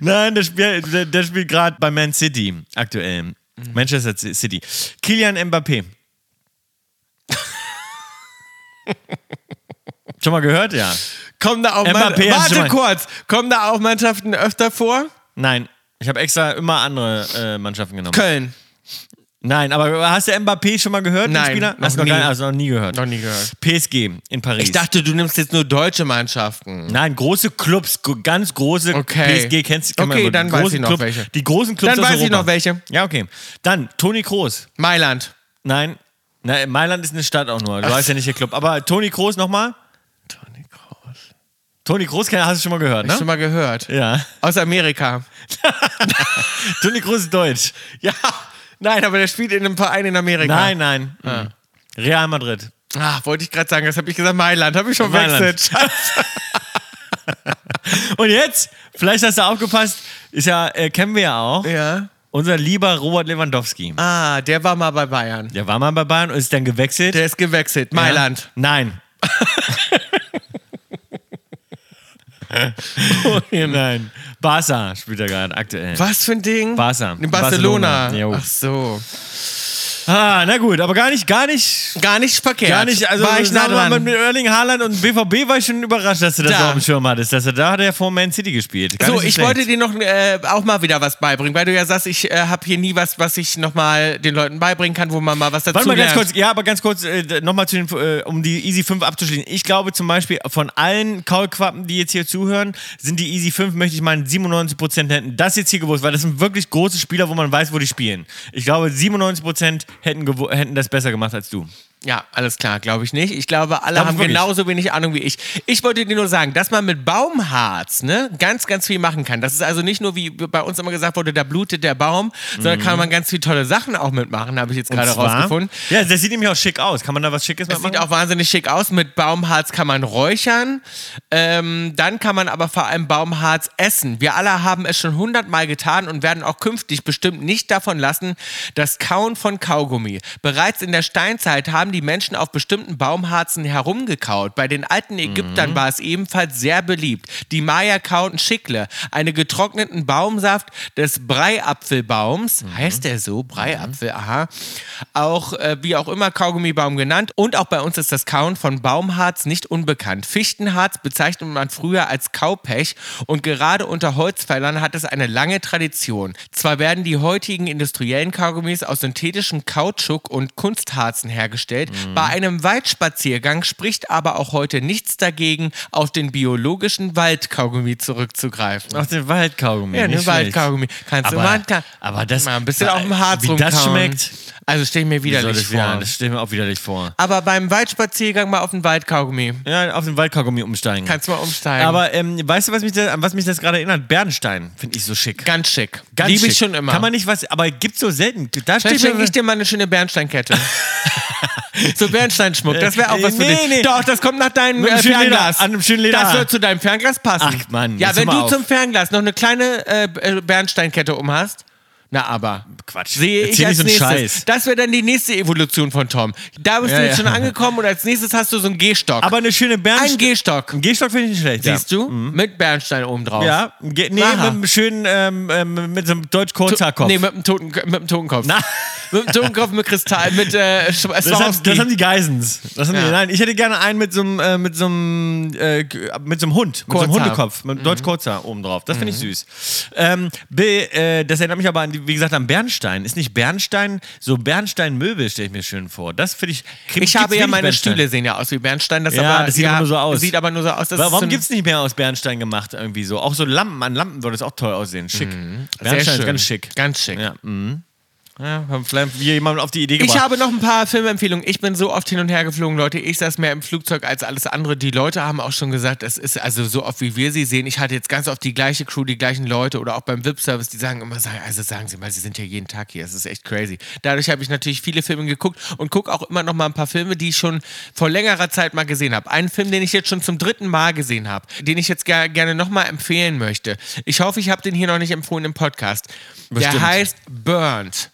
Nein, der, Spiel, der, der spielt gerade bei Man City aktuell. Manchester City. Kilian Mbappé. Schon mal gehört, ja? Kommen da auch Mbappé Mannschaften. hast du schon Warte mal- kurz. Kommen da auch Mannschaften öfter vor? Nein. Ich habe extra immer andere äh, Mannschaften genommen. Köln. Nein, aber hast du Mbappé schon mal gehört, Nein, den Spieler? noch hast du nie. noch, gar- hast du noch nie gehört. Noch nie gehört. PSG in Paris. Ich dachte, du nimmst jetzt nur deutsche Mannschaften. Nein, große Clubs, gro- ganz große Okay. PSG kennst du. kennt man Okay, über- die dann weiß großen ich noch Club- welche. Die großen Clubs Dann aus weiß ich Europa. noch welche. Ja, okay. Dann Toni Kroos. Mailand. Nein, nein, Mailand ist eine Stadt auch nur. Du weißt ja nicht der Club. Aber Toni Kroos nochmal. Toni Kroos. Toni Kroos kenn- hast du schon mal gehört, Hast du ne? schon mal gehört? Ja. Aus Amerika. Toni Kroos ist deutsch. Ja. Nein, aber der spielt in einem Verein in Amerika. Nein, nein. Mhm. Real Madrid. Ach, Ah, wollte ich gerade sagen, das habe ich gesagt, Mailand. Habe ich schon Mailand. wechselt. Und jetzt, vielleicht hast du aufgepasst, ist ja, äh, kennen wir ja auch, Ja. unser lieber Robert Lewandowski. Ah, der war mal bei Bayern. Der war mal bei Bayern und ist dann gewechselt. Der ist gewechselt. Mailand. Ja? Nein. Oh, Nein. Barca spielt er gerade aktuell. Was für ein Ding? Barca. In Barcelona. Barcelona, jo. Ach so. Ah, na gut, aber gar nicht, gar nicht. Gar nicht verkehrt. Gar nicht, also war ich nah sagen wir mal, dran. mit Erling Haaland und BVB war ich schon überrascht, dass du das Da. so auf dem Schirm hattest. Dass er da hat er ja vor Man City gespielt. Gar So, nicht ich schlecht. wollte dir noch äh, auch mal wieder was beibringen, weil du ja sagst, ich äh, habe hier nie was, was ich nochmal den Leuten beibringen kann, wo man mal was dazu Warte mal ganz lernt. kurz, ja, aber ganz kurz äh, nochmal zu den, äh, um die Easy 5 abzuschließen. Ich glaube zum Beispiel, von allen Kaulquappen, die jetzt hier zuhören, sind die Easy 5, möchte ich meinen, 97% hätten das jetzt hier gewusst, weil das sind wirklich große Spieler, wo man weiß, wo die spielen. Ich glaube, 97% hätten, gewo- hätten das besser gemacht als du. Ja, alles klar, glaube ich nicht. Ich glaube, alle Glaub ich haben wirklich. genauso wenig Ahnung wie ich. Ich wollte dir nur sagen, dass man mit Baumharz ne, ganz, ganz viel machen kann. Das ist also nicht nur, wie bei uns immer gesagt wurde, da blutet der Baum, sondern kann man ganz viele tolle Sachen auch mitmachen, habe ich jetzt gerade Mhm. Und zwar- rausgefunden. Ja, das sieht nämlich auch schick aus. Kann man da was Schickes Das mitmachen? sieht auch wahnsinnig schick aus. Mit Baumharz kann man räuchern. Ähm, dann kann man aber vor allem Baumharz essen. Wir alle haben es schon hundertmal getan und werden auch künftig bestimmt nicht davon lassen, das Kauen von Kaugummi. Bereits in der Steinzeit haben die Menschen auf bestimmten Baumharzen herumgekaut. Bei den alten Ägyptern war es ebenfalls sehr beliebt. Die Maya kauten Schickle, einen getrockneten Baumsaft des Breiapfelbaums. Heißt der so? Breiapfel, aha. Auch äh, wie auch immer Kaugummibaum genannt. Und auch bei uns ist das Kauen von Baumharz nicht unbekannt. Fichtenharz bezeichnet man früher als Kaupech und gerade unter Holzfällern hat es eine lange Tradition. Zwar werden die heutigen industriellen Kaugummis aus synthetischem Kautschuk und Kunstharzen hergestellt, bei einem Waldspaziergang spricht aber auch heute nichts dagegen, auf den biologischen Waldkaugummi zurückzugreifen. Aus dem Waldkaugummi. Ja, nicht ne schlecht. Waldkaugummi. Kannst du Aber- mal, kann, aber das- mal ein bisschen auf dem Harz wie das rumkauen. schmeckt. Also stell ich mir Wie soll widerlich das, vor. ja, das stelle ich mir auch widerlich vor. Aber beim Waldspaziergang mal auf den Waldkaugummi. Ja, auf den Waldkaugummi umsteigen. Kannst du mal umsteigen. Aber ähm, weißt du, was mich, da, an was mich das gerade erinnert? Bernstein finde ich so schick. ganz schick. Ganz Liebe ich schick. schon immer. Kann man nicht was, aber gibt's so selten. Da steht Vielleicht schenke mir- ich dir mal eine schöne Bernsteinkette. so Bernsteinschmuck, das wäre auch was Nee, für dich. nee. Doch, das kommt nach deinem Mit einem äh, schönen Leder- Fernglas. an einem schönen Leder. Das wird zu deinem Fernglas passen. Ach, Mann, Ja, jetzt hör wenn mal du auf. zum Fernglas noch eine kleine äh, äh, Bernsteinkette umhast. Na aber. Quatsch. Sehe ich Erzähl als nicht so nächstes. einen Scheiß. Das wäre dann die nächste Evolution von Tom. Da bist Ja, du jetzt ja. schon angekommen und als nächstes hast du so einen Gehstock. aber eine schöne Ein Bernstein. Gehstock. Ein Gehstock finde ich nicht schlecht. Siehst ja. Mhm. du? Mit Bernstein oben drauf. Ja, ein Ge nee, Aha. mit einem schönen, ähm, ähm, mit so einem deutsch Kurzakkopf. Nee, mit dem toten, mit dem Totenkopf. Na. Mit dem Totenkopf, mit Kristall, mit äh, Sch- das, haben, Swarovski. das haben die Geisens. Das haben Ja. die, nein, ich hätte gerne einen mit so einem, äh, mit so einem, äh, mit so einem Hund, mit so einem Kurzhaar. Hundekopf, Mhm. mit deutsch Kurzhaar oben drauf. Das finde ich süß. Ähm, Bill, äh, das erinnert mich aber an, die- wie gesagt, an Bernstein. Ist nicht Bernstein so Bernsteinmöbel stelle ich mir schön vor. Das finde ich. krieg- ich gibt's habe ja wenig meine Bernstein. Stühle sehen ja aus wie Bernstein. Das, Ja, aber, das sieht ja, aber nur so aus. Sieht aber nur so aus. dass es so Warum ein- gibt es nicht mehr aus Bernstein gemacht irgendwie so? Auch so Lampen an Lampen würde es auch toll aussehen. Schick. Sehr Bernstein schön. ist ganz schick. Ganz schick. Ja, mhm. ja haben vielleicht wir jemanden auf die Idee gebracht. Ich habe noch ein paar Filmempfehlungen. Ich bin so oft hin und her geflogen, Leute. Ich saß mehr im Flugzeug als alles andere. Die Leute haben auch schon gesagt, es ist also so oft, wie wir sie sehen. Ich hatte jetzt ganz oft die gleiche Crew, die gleichen Leute oder auch beim VIP-Service, die sagen immer, sagen- also sagen sie mal, sie sind ja jeden Tag hier. Es ist echt crazy. Dadurch habe ich natürlich viele Filme geguckt und gucke auch immer noch mal ein paar Filme, die ich schon vor längerer Zeit mal gesehen habe. Einen Film, den ich jetzt schon zum dritten Mal gesehen habe, den ich jetzt ger gerne noch mal empfehlen möchte. Ich hoffe, ich habe den hier noch nicht empfohlen im Podcast. Der Bestimmt. heißt Burnt.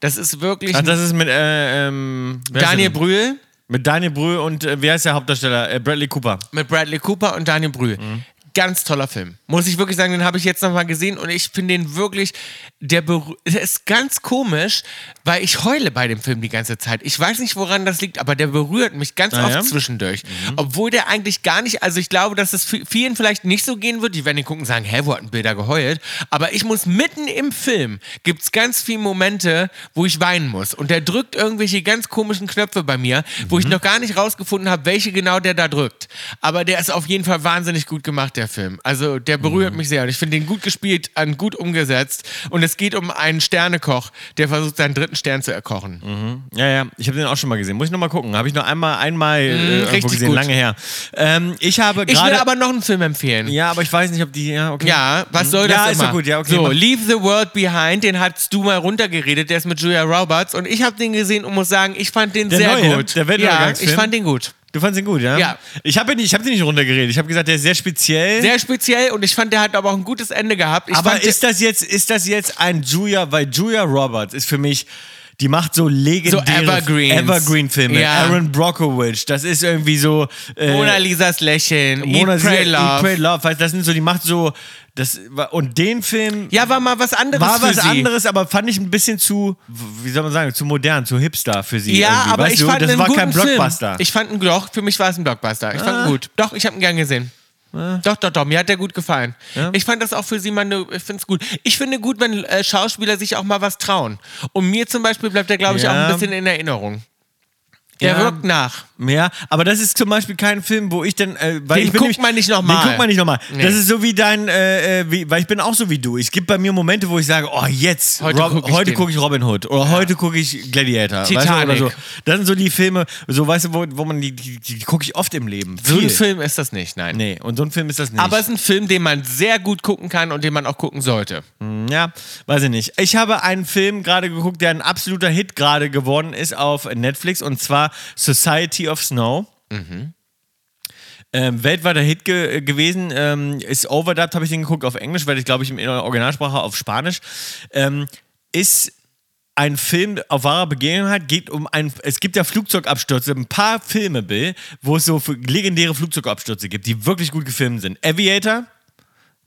Das ist wirklich Ach, ein das ist mit äh, ähm, wer ist Daniel denn? Brühl mit Daniel Brühl und äh, wer ist der Hauptdarsteller? Äh, Bradley Cooper. mit Bradley Cooper und Daniel Brühl. Mhm. Ganz toller Film. Muss ich wirklich sagen, den habe ich jetzt nochmal gesehen und ich finde den wirklich, der berü- es ist ganz komisch, weil ich heule bei dem Film die ganze Zeit. Ich weiß nicht, woran das liegt, aber der berührt mich ganz Ah, oft ja? zwischendurch. Obwohl der eigentlich gar nicht, also ich glaube, dass es vi- vielen vielleicht nicht so gehen wird, die werden den gucken und sagen, hä, wo hat ein Bilder geheult? Aber ich muss mitten im Film, gibt es ganz viele Momente, wo ich weinen muss. Und der drückt irgendwelche ganz komischen Knöpfe bei mir, wo ich noch gar nicht rausgefunden habe, welche genau der da drückt. Aber der ist auf jeden Fall wahnsinnig gut gemacht, der Film. Also der berührt mich sehr und ich finde den gut gespielt, an gut umgesetzt. Und es geht um einen Sternekoch, der versucht, seinen dritten Stern zu erkochen. Ja, ja, ich habe den auch schon mal gesehen. Muss ich noch mal gucken. Habe ich noch einmal, einmal äh, irgendwo Mhm, richtig gesehen, gut. lange her. Ähm, ich habe Ich will gerade. aber noch einen Film empfehlen. ja, aber ich weiß nicht, ob die. Ja, okay. Ja, was soll das Hm? Ja, immer? ist doch gut, ja, okay, So, mach. Leave the World Behind, den hast du mal runtergeredet, der ist mit Julia Roberts und ich habe den gesehen und muss sagen, ich fand den Der sehr neue, gut. der ja, Weltuntergangsfilm? ich fand den gut. Du fandst ihn gut, ja? Ja. Ich habe ihn nicht, ich hab den nicht runtergeredet. Ich habe gesagt, der ist sehr speziell. Sehr speziell und ich fand, der hat aber auch ein gutes Ende gehabt. Ich aber fand, ist das jetzt, ist das jetzt ein Julia, weil Julia Roberts ist für mich Die macht so legendäre Evergreens. Evergreen-Filme. Ja. Aaron Brockovich, das ist irgendwie so. Äh, Mona Lisas Lächeln, Mona Eat, Lisa- Pray, Love. Eat, Pray, Love. Weißt, du, das sind so, die macht so. Das, und den Film Ja, war mal was anderes war für was sie. anderes, aber fand ich ein bisschen zu, wie soll man sagen, zu modern, zu hipster für sie. Ja, irgendwie. aber weißt ich du, fand das einen war guten kein Blockbuster. Film. Ich fand ihn, doch, für mich war es ein Blockbuster. Ich fand ihn Ah. gut. Doch, ich habe ihn gern gesehen. Doch, doch, doch, mir hat der gut gefallen. Ich fand das auch für sie mal, eine, ich finde es gut. Ich finde gut, wenn äh, Schauspieler sich auch mal was trauen. Und mir zum Beispiel bleibt der, glaube ich, auch Ja. ein bisschen in Erinnerung. Der Ja. wirkt nach. Ja, aber das ist zum Beispiel kein Film, wo ich dann, äh, weil Den ich bin guckt nämlich- man nicht nochmal. Den guckt man nicht nochmal. Nee. Das ist so wie dein, äh, äh, wie, weil ich bin auch so wie du. Es gibt bei mir Momente, wo ich sage, oh jetzt, Heute guck ich heute den. gucke ich Robin Hood oder heute gucke ich Gladiator. Weißt du, Titanic. oder so. Das sind so die Filme, so weißt du, wo, wo man die, die, die gucke ich oft im Leben. So ein Viel. Film ist das nicht, nein. Nee, und so ein Film ist das nicht. Aber es ist ein Film, den man sehr gut gucken kann und den man auch gucken sollte. Ja, weiß ich nicht. Ich habe einen Film gerade geguckt, der ein absoluter Hit gerade geworden ist auf Netflix und zwar Society of Snow. Ähm, weltweiter Hit ge gewesen, ähm, ist overdubbed, habe ich den geguckt auf Englisch, weil ich glaube ich in der Originalsprache auf Spanisch. Ähm, ist ein Film auf wahrer Begebenheit geht um ein es gibt ja Flugzeugabstürze ein paar Filme Bill wo es so für legendäre Flugzeugabstürze gibt die wirklich gut gefilmt sind Aviator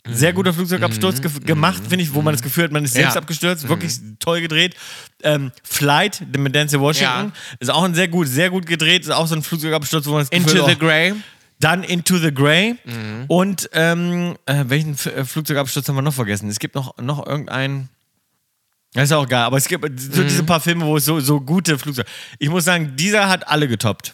sehr guter Flugzeugabsturz ge gemacht, finde ich, wo man das Gefühl hat, man ist selbst Mhm. Ja. Mhm. abgestürzt, wirklich toll gedreht. Ähm, Flight mit Denzel Washington ist auch ein sehr gut, sehr gut gedreht, ist auch so ein Flugzeugabsturz, wo man das Gefühl Into the hat, oh, Grey. dann Into the Grey Mhm. und ähm, äh, welchen F äh, Flugzeugabsturz haben wir noch vergessen? Es gibt noch, noch irgendeinen. Das ist auch geil, aber es gibt so Mhm. diese paar Filme, wo es so, so gute Flugzeuge. Ich muss sagen, dieser hat alle getoppt.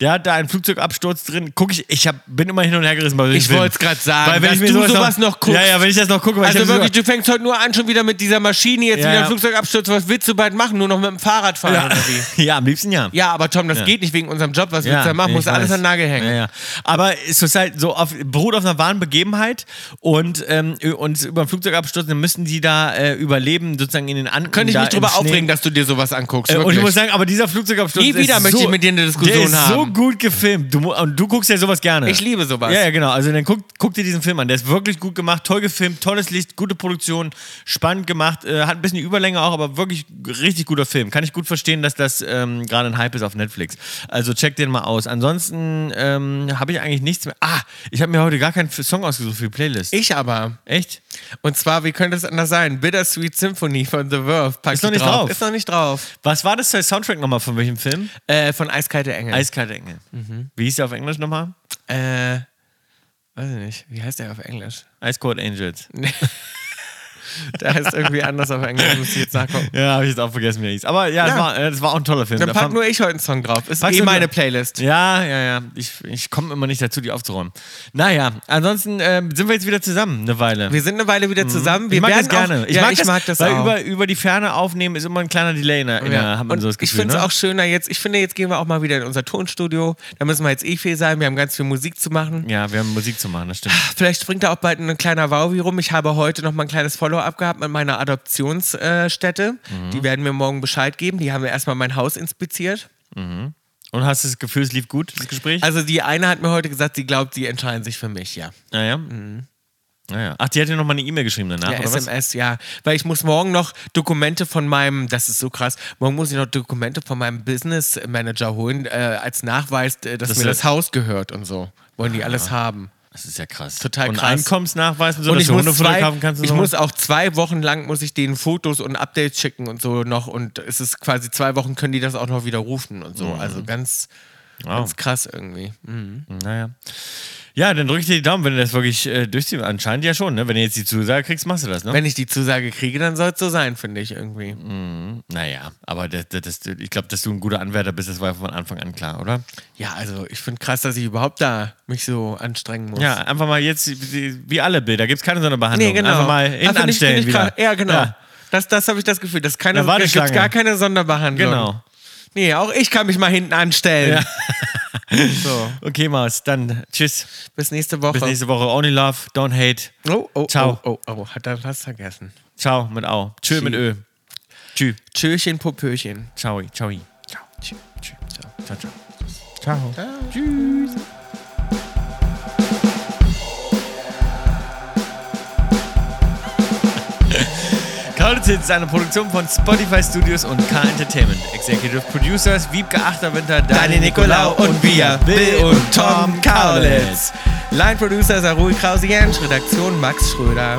Der hat da einen Flugzeugabsturz drin. Guck ich, ich hab, bin immer hin und her gerissen bei solchen Ich Filmen. wollt's grad sagen, Weil wenn dass ich mir du sowas noch guckst. Ja, ja, wenn ich das noch gucke, weil ich Also hab so- wirklich, du fängst heute nur an, schon wieder mit dieser Maschine, jetzt Ja, wieder ein ja. Flugzeugabsturz. Was willst du bald machen? Nur noch mit dem Fahrrad fahren ja. oder wie? ja, am liebsten ja. Ja, aber Tom, das Ja. geht nicht wegen unserem Job. Was Ja, willst du da machen? ich Muss alles weiß. an den Nagel hängen. Ja, ja. Aber es ist halt so auf, beruht auf einer wahren Begebenheit und, ähm, und über einen Flugzeugabsturz, dann müssen die da äh, überleben, sozusagen in den Anden. Könnte ich da mich drüber im Schnee. aufregen, dass du dir sowas anguckst. Äh, Und wirklich. ich muss sagen, aber dieser Flugzeugabsturz Nie wieder ist möchte so, ich mit dir eine Diskussion der ist so haben. gut gefilmt. Du, mu- und du guckst ja sowas gerne. Ich liebe sowas. Ja, ja, genau. Also dann guck, guck dir diesen Film an. Der ist wirklich gut gemacht, toll gefilmt, tolles Licht, gute Produktion, spannend gemacht. Äh, hat ein bisschen Überlänge auch, aber wirklich richtig guter Film. Kann ich gut verstehen, dass das ähm, gerade ein Hype ist auf Netflix. Also check den mal aus. Ansonsten ähm, habe ich eigentlich nichts mehr. Ah, ich habe mir heute gar keinen F- Song ausgesucht für die Playlist. ich aber. Echt? Und zwar, wie könnte es anders sein? Bittersweet Symphony von The Verve. Pack Ist noch ich nicht drauf. Ist noch nicht drauf. Was war das für ein Soundtrack nochmal von welchem Film? Äh, von Eiskalte Engel. Eiskalte Engel. Mhm. Wie hieß der auf Englisch nochmal? äh, weiß ich nicht. Wie heißt der auf Englisch? Ice Cold Angels. Der heißt irgendwie anders auf Englisch. Muss ich jetzt nachgucken. Ja, habe ich jetzt auch vergessen, wie er hieß. Aber Ja. ja, Das, war, äh, das war auch ein toller Film. Dann Da pack fand- nur ich heute einen Song drauf. Ist Packst eh du- meine Playlist. Ja, ja, ja. Ich, ich komme immer nicht dazu, die aufzuräumen. Naja, ansonsten ähm, sind wir jetzt wieder zusammen eine Weile. Wir sind eine Weile wieder zusammen. Wir Mhm. ich mag werden das gerne. Auch, ja, das, weil auch. Über, über die Ferne aufnehmen ist immer ein kleiner Delay. Ne? In Ja. der, hat man und so das Gefühl, ich finde es ne? auch schöner jetzt. Ich finde, jetzt gehen wir auch mal wieder in unser Tonstudio. Da müssen wir jetzt eh viel sein. Wir haben ganz viel Musik zu machen. Ja, wir haben Musik zu machen, das stimmt. Vielleicht springt da auch bald ein kleiner Wauwi rum. Ich habe heute noch mal ein kleines Follow-up gehabt mit meiner Adoptionsstätte. Mhm. Die werden mir morgen Bescheid geben. Die haben mir erstmal mein Haus inspiziert. Und hast du das Gefühl, es lief gut, das Gespräch? Also die eine hat mir heute gesagt, sie glaubt, sie entscheiden sich für mich, ja. naja. naja. Ach, die hat dir nochmal eine E-Mail geschrieben danach, Mhm. Ja, oder was? SMS, ja. Weil ich muss morgen noch Dokumente von meinem, das ist so krass, morgen muss ich noch Dokumente von meinem Business Manager holen, äh, als Nachweis, äh, dass Das mir ist- Ah. das Haus gehört und so. Wollen die alles haben. Das ist ja krass. Total und krass. Einkommensnachweisen, so Und dass ich, du muss Hundefutter zwei, kaufen kannst und ich so. muss auch zwei Wochen lang muss ich denen Fotos und Updates schicken und so noch und es ist quasi zwei Wochen können die das auch noch widerrufen und so. Mhm. Also ganz, ganz krass irgendwie. Mhm. Naja. Ja, dann drück ich dir die Daumen, wenn du das wirklich äh, durchziehst. Anscheinend ja schon, ne? Wenn du jetzt die Zusage kriegst, machst du das, ne? Wenn ich die Zusage kriege, dann soll es so sein, finde ich irgendwie. Mhm. naja, aber das, das, das, ich glaube, dass du ein guter Anwärter bist, das war von Anfang an klar, oder? Ja, also ich finde krass, dass ich überhaupt da mich so anstrengen muss. Ja, einfach mal jetzt, wie alle Bilder, gibt es keine Sonderbehandlung. Nee, genau. Einfach mal Ah, hinten find ich- anstellen find ich wieder. krass. Ja, genau. Ja, Das, das habe ich das Gefühl. Das ist keine, Da war die es gibt gar Schlange. keine Sonderbehandlung. genau. Nee, auch ich kann mich mal hinten anstellen. so, Okay, Maus, dann tschüss. bis nächste Woche. Bis nächste Woche. Only love, don't hate. Oh, oh, Ciao. oh, oh, oh, hat er was vergessen. Ciao mit Au. Tschö mit Ö. Tschü. Tschöchen, Popöchen. Ciao. Ciao. Ciao. Tschö, tschö, ciao. Ciao. Ciao. Ciao. Tschüss. Solitude ist eine Produktion von Spotify Studios und K Entertainment. Executive Producers Wiebke Achterwinter, Daniel Nicolau und wir, Bill und Tom Kaulitz. Line Producer Sarul Krause-Jensch, Redaktion Max Schröder.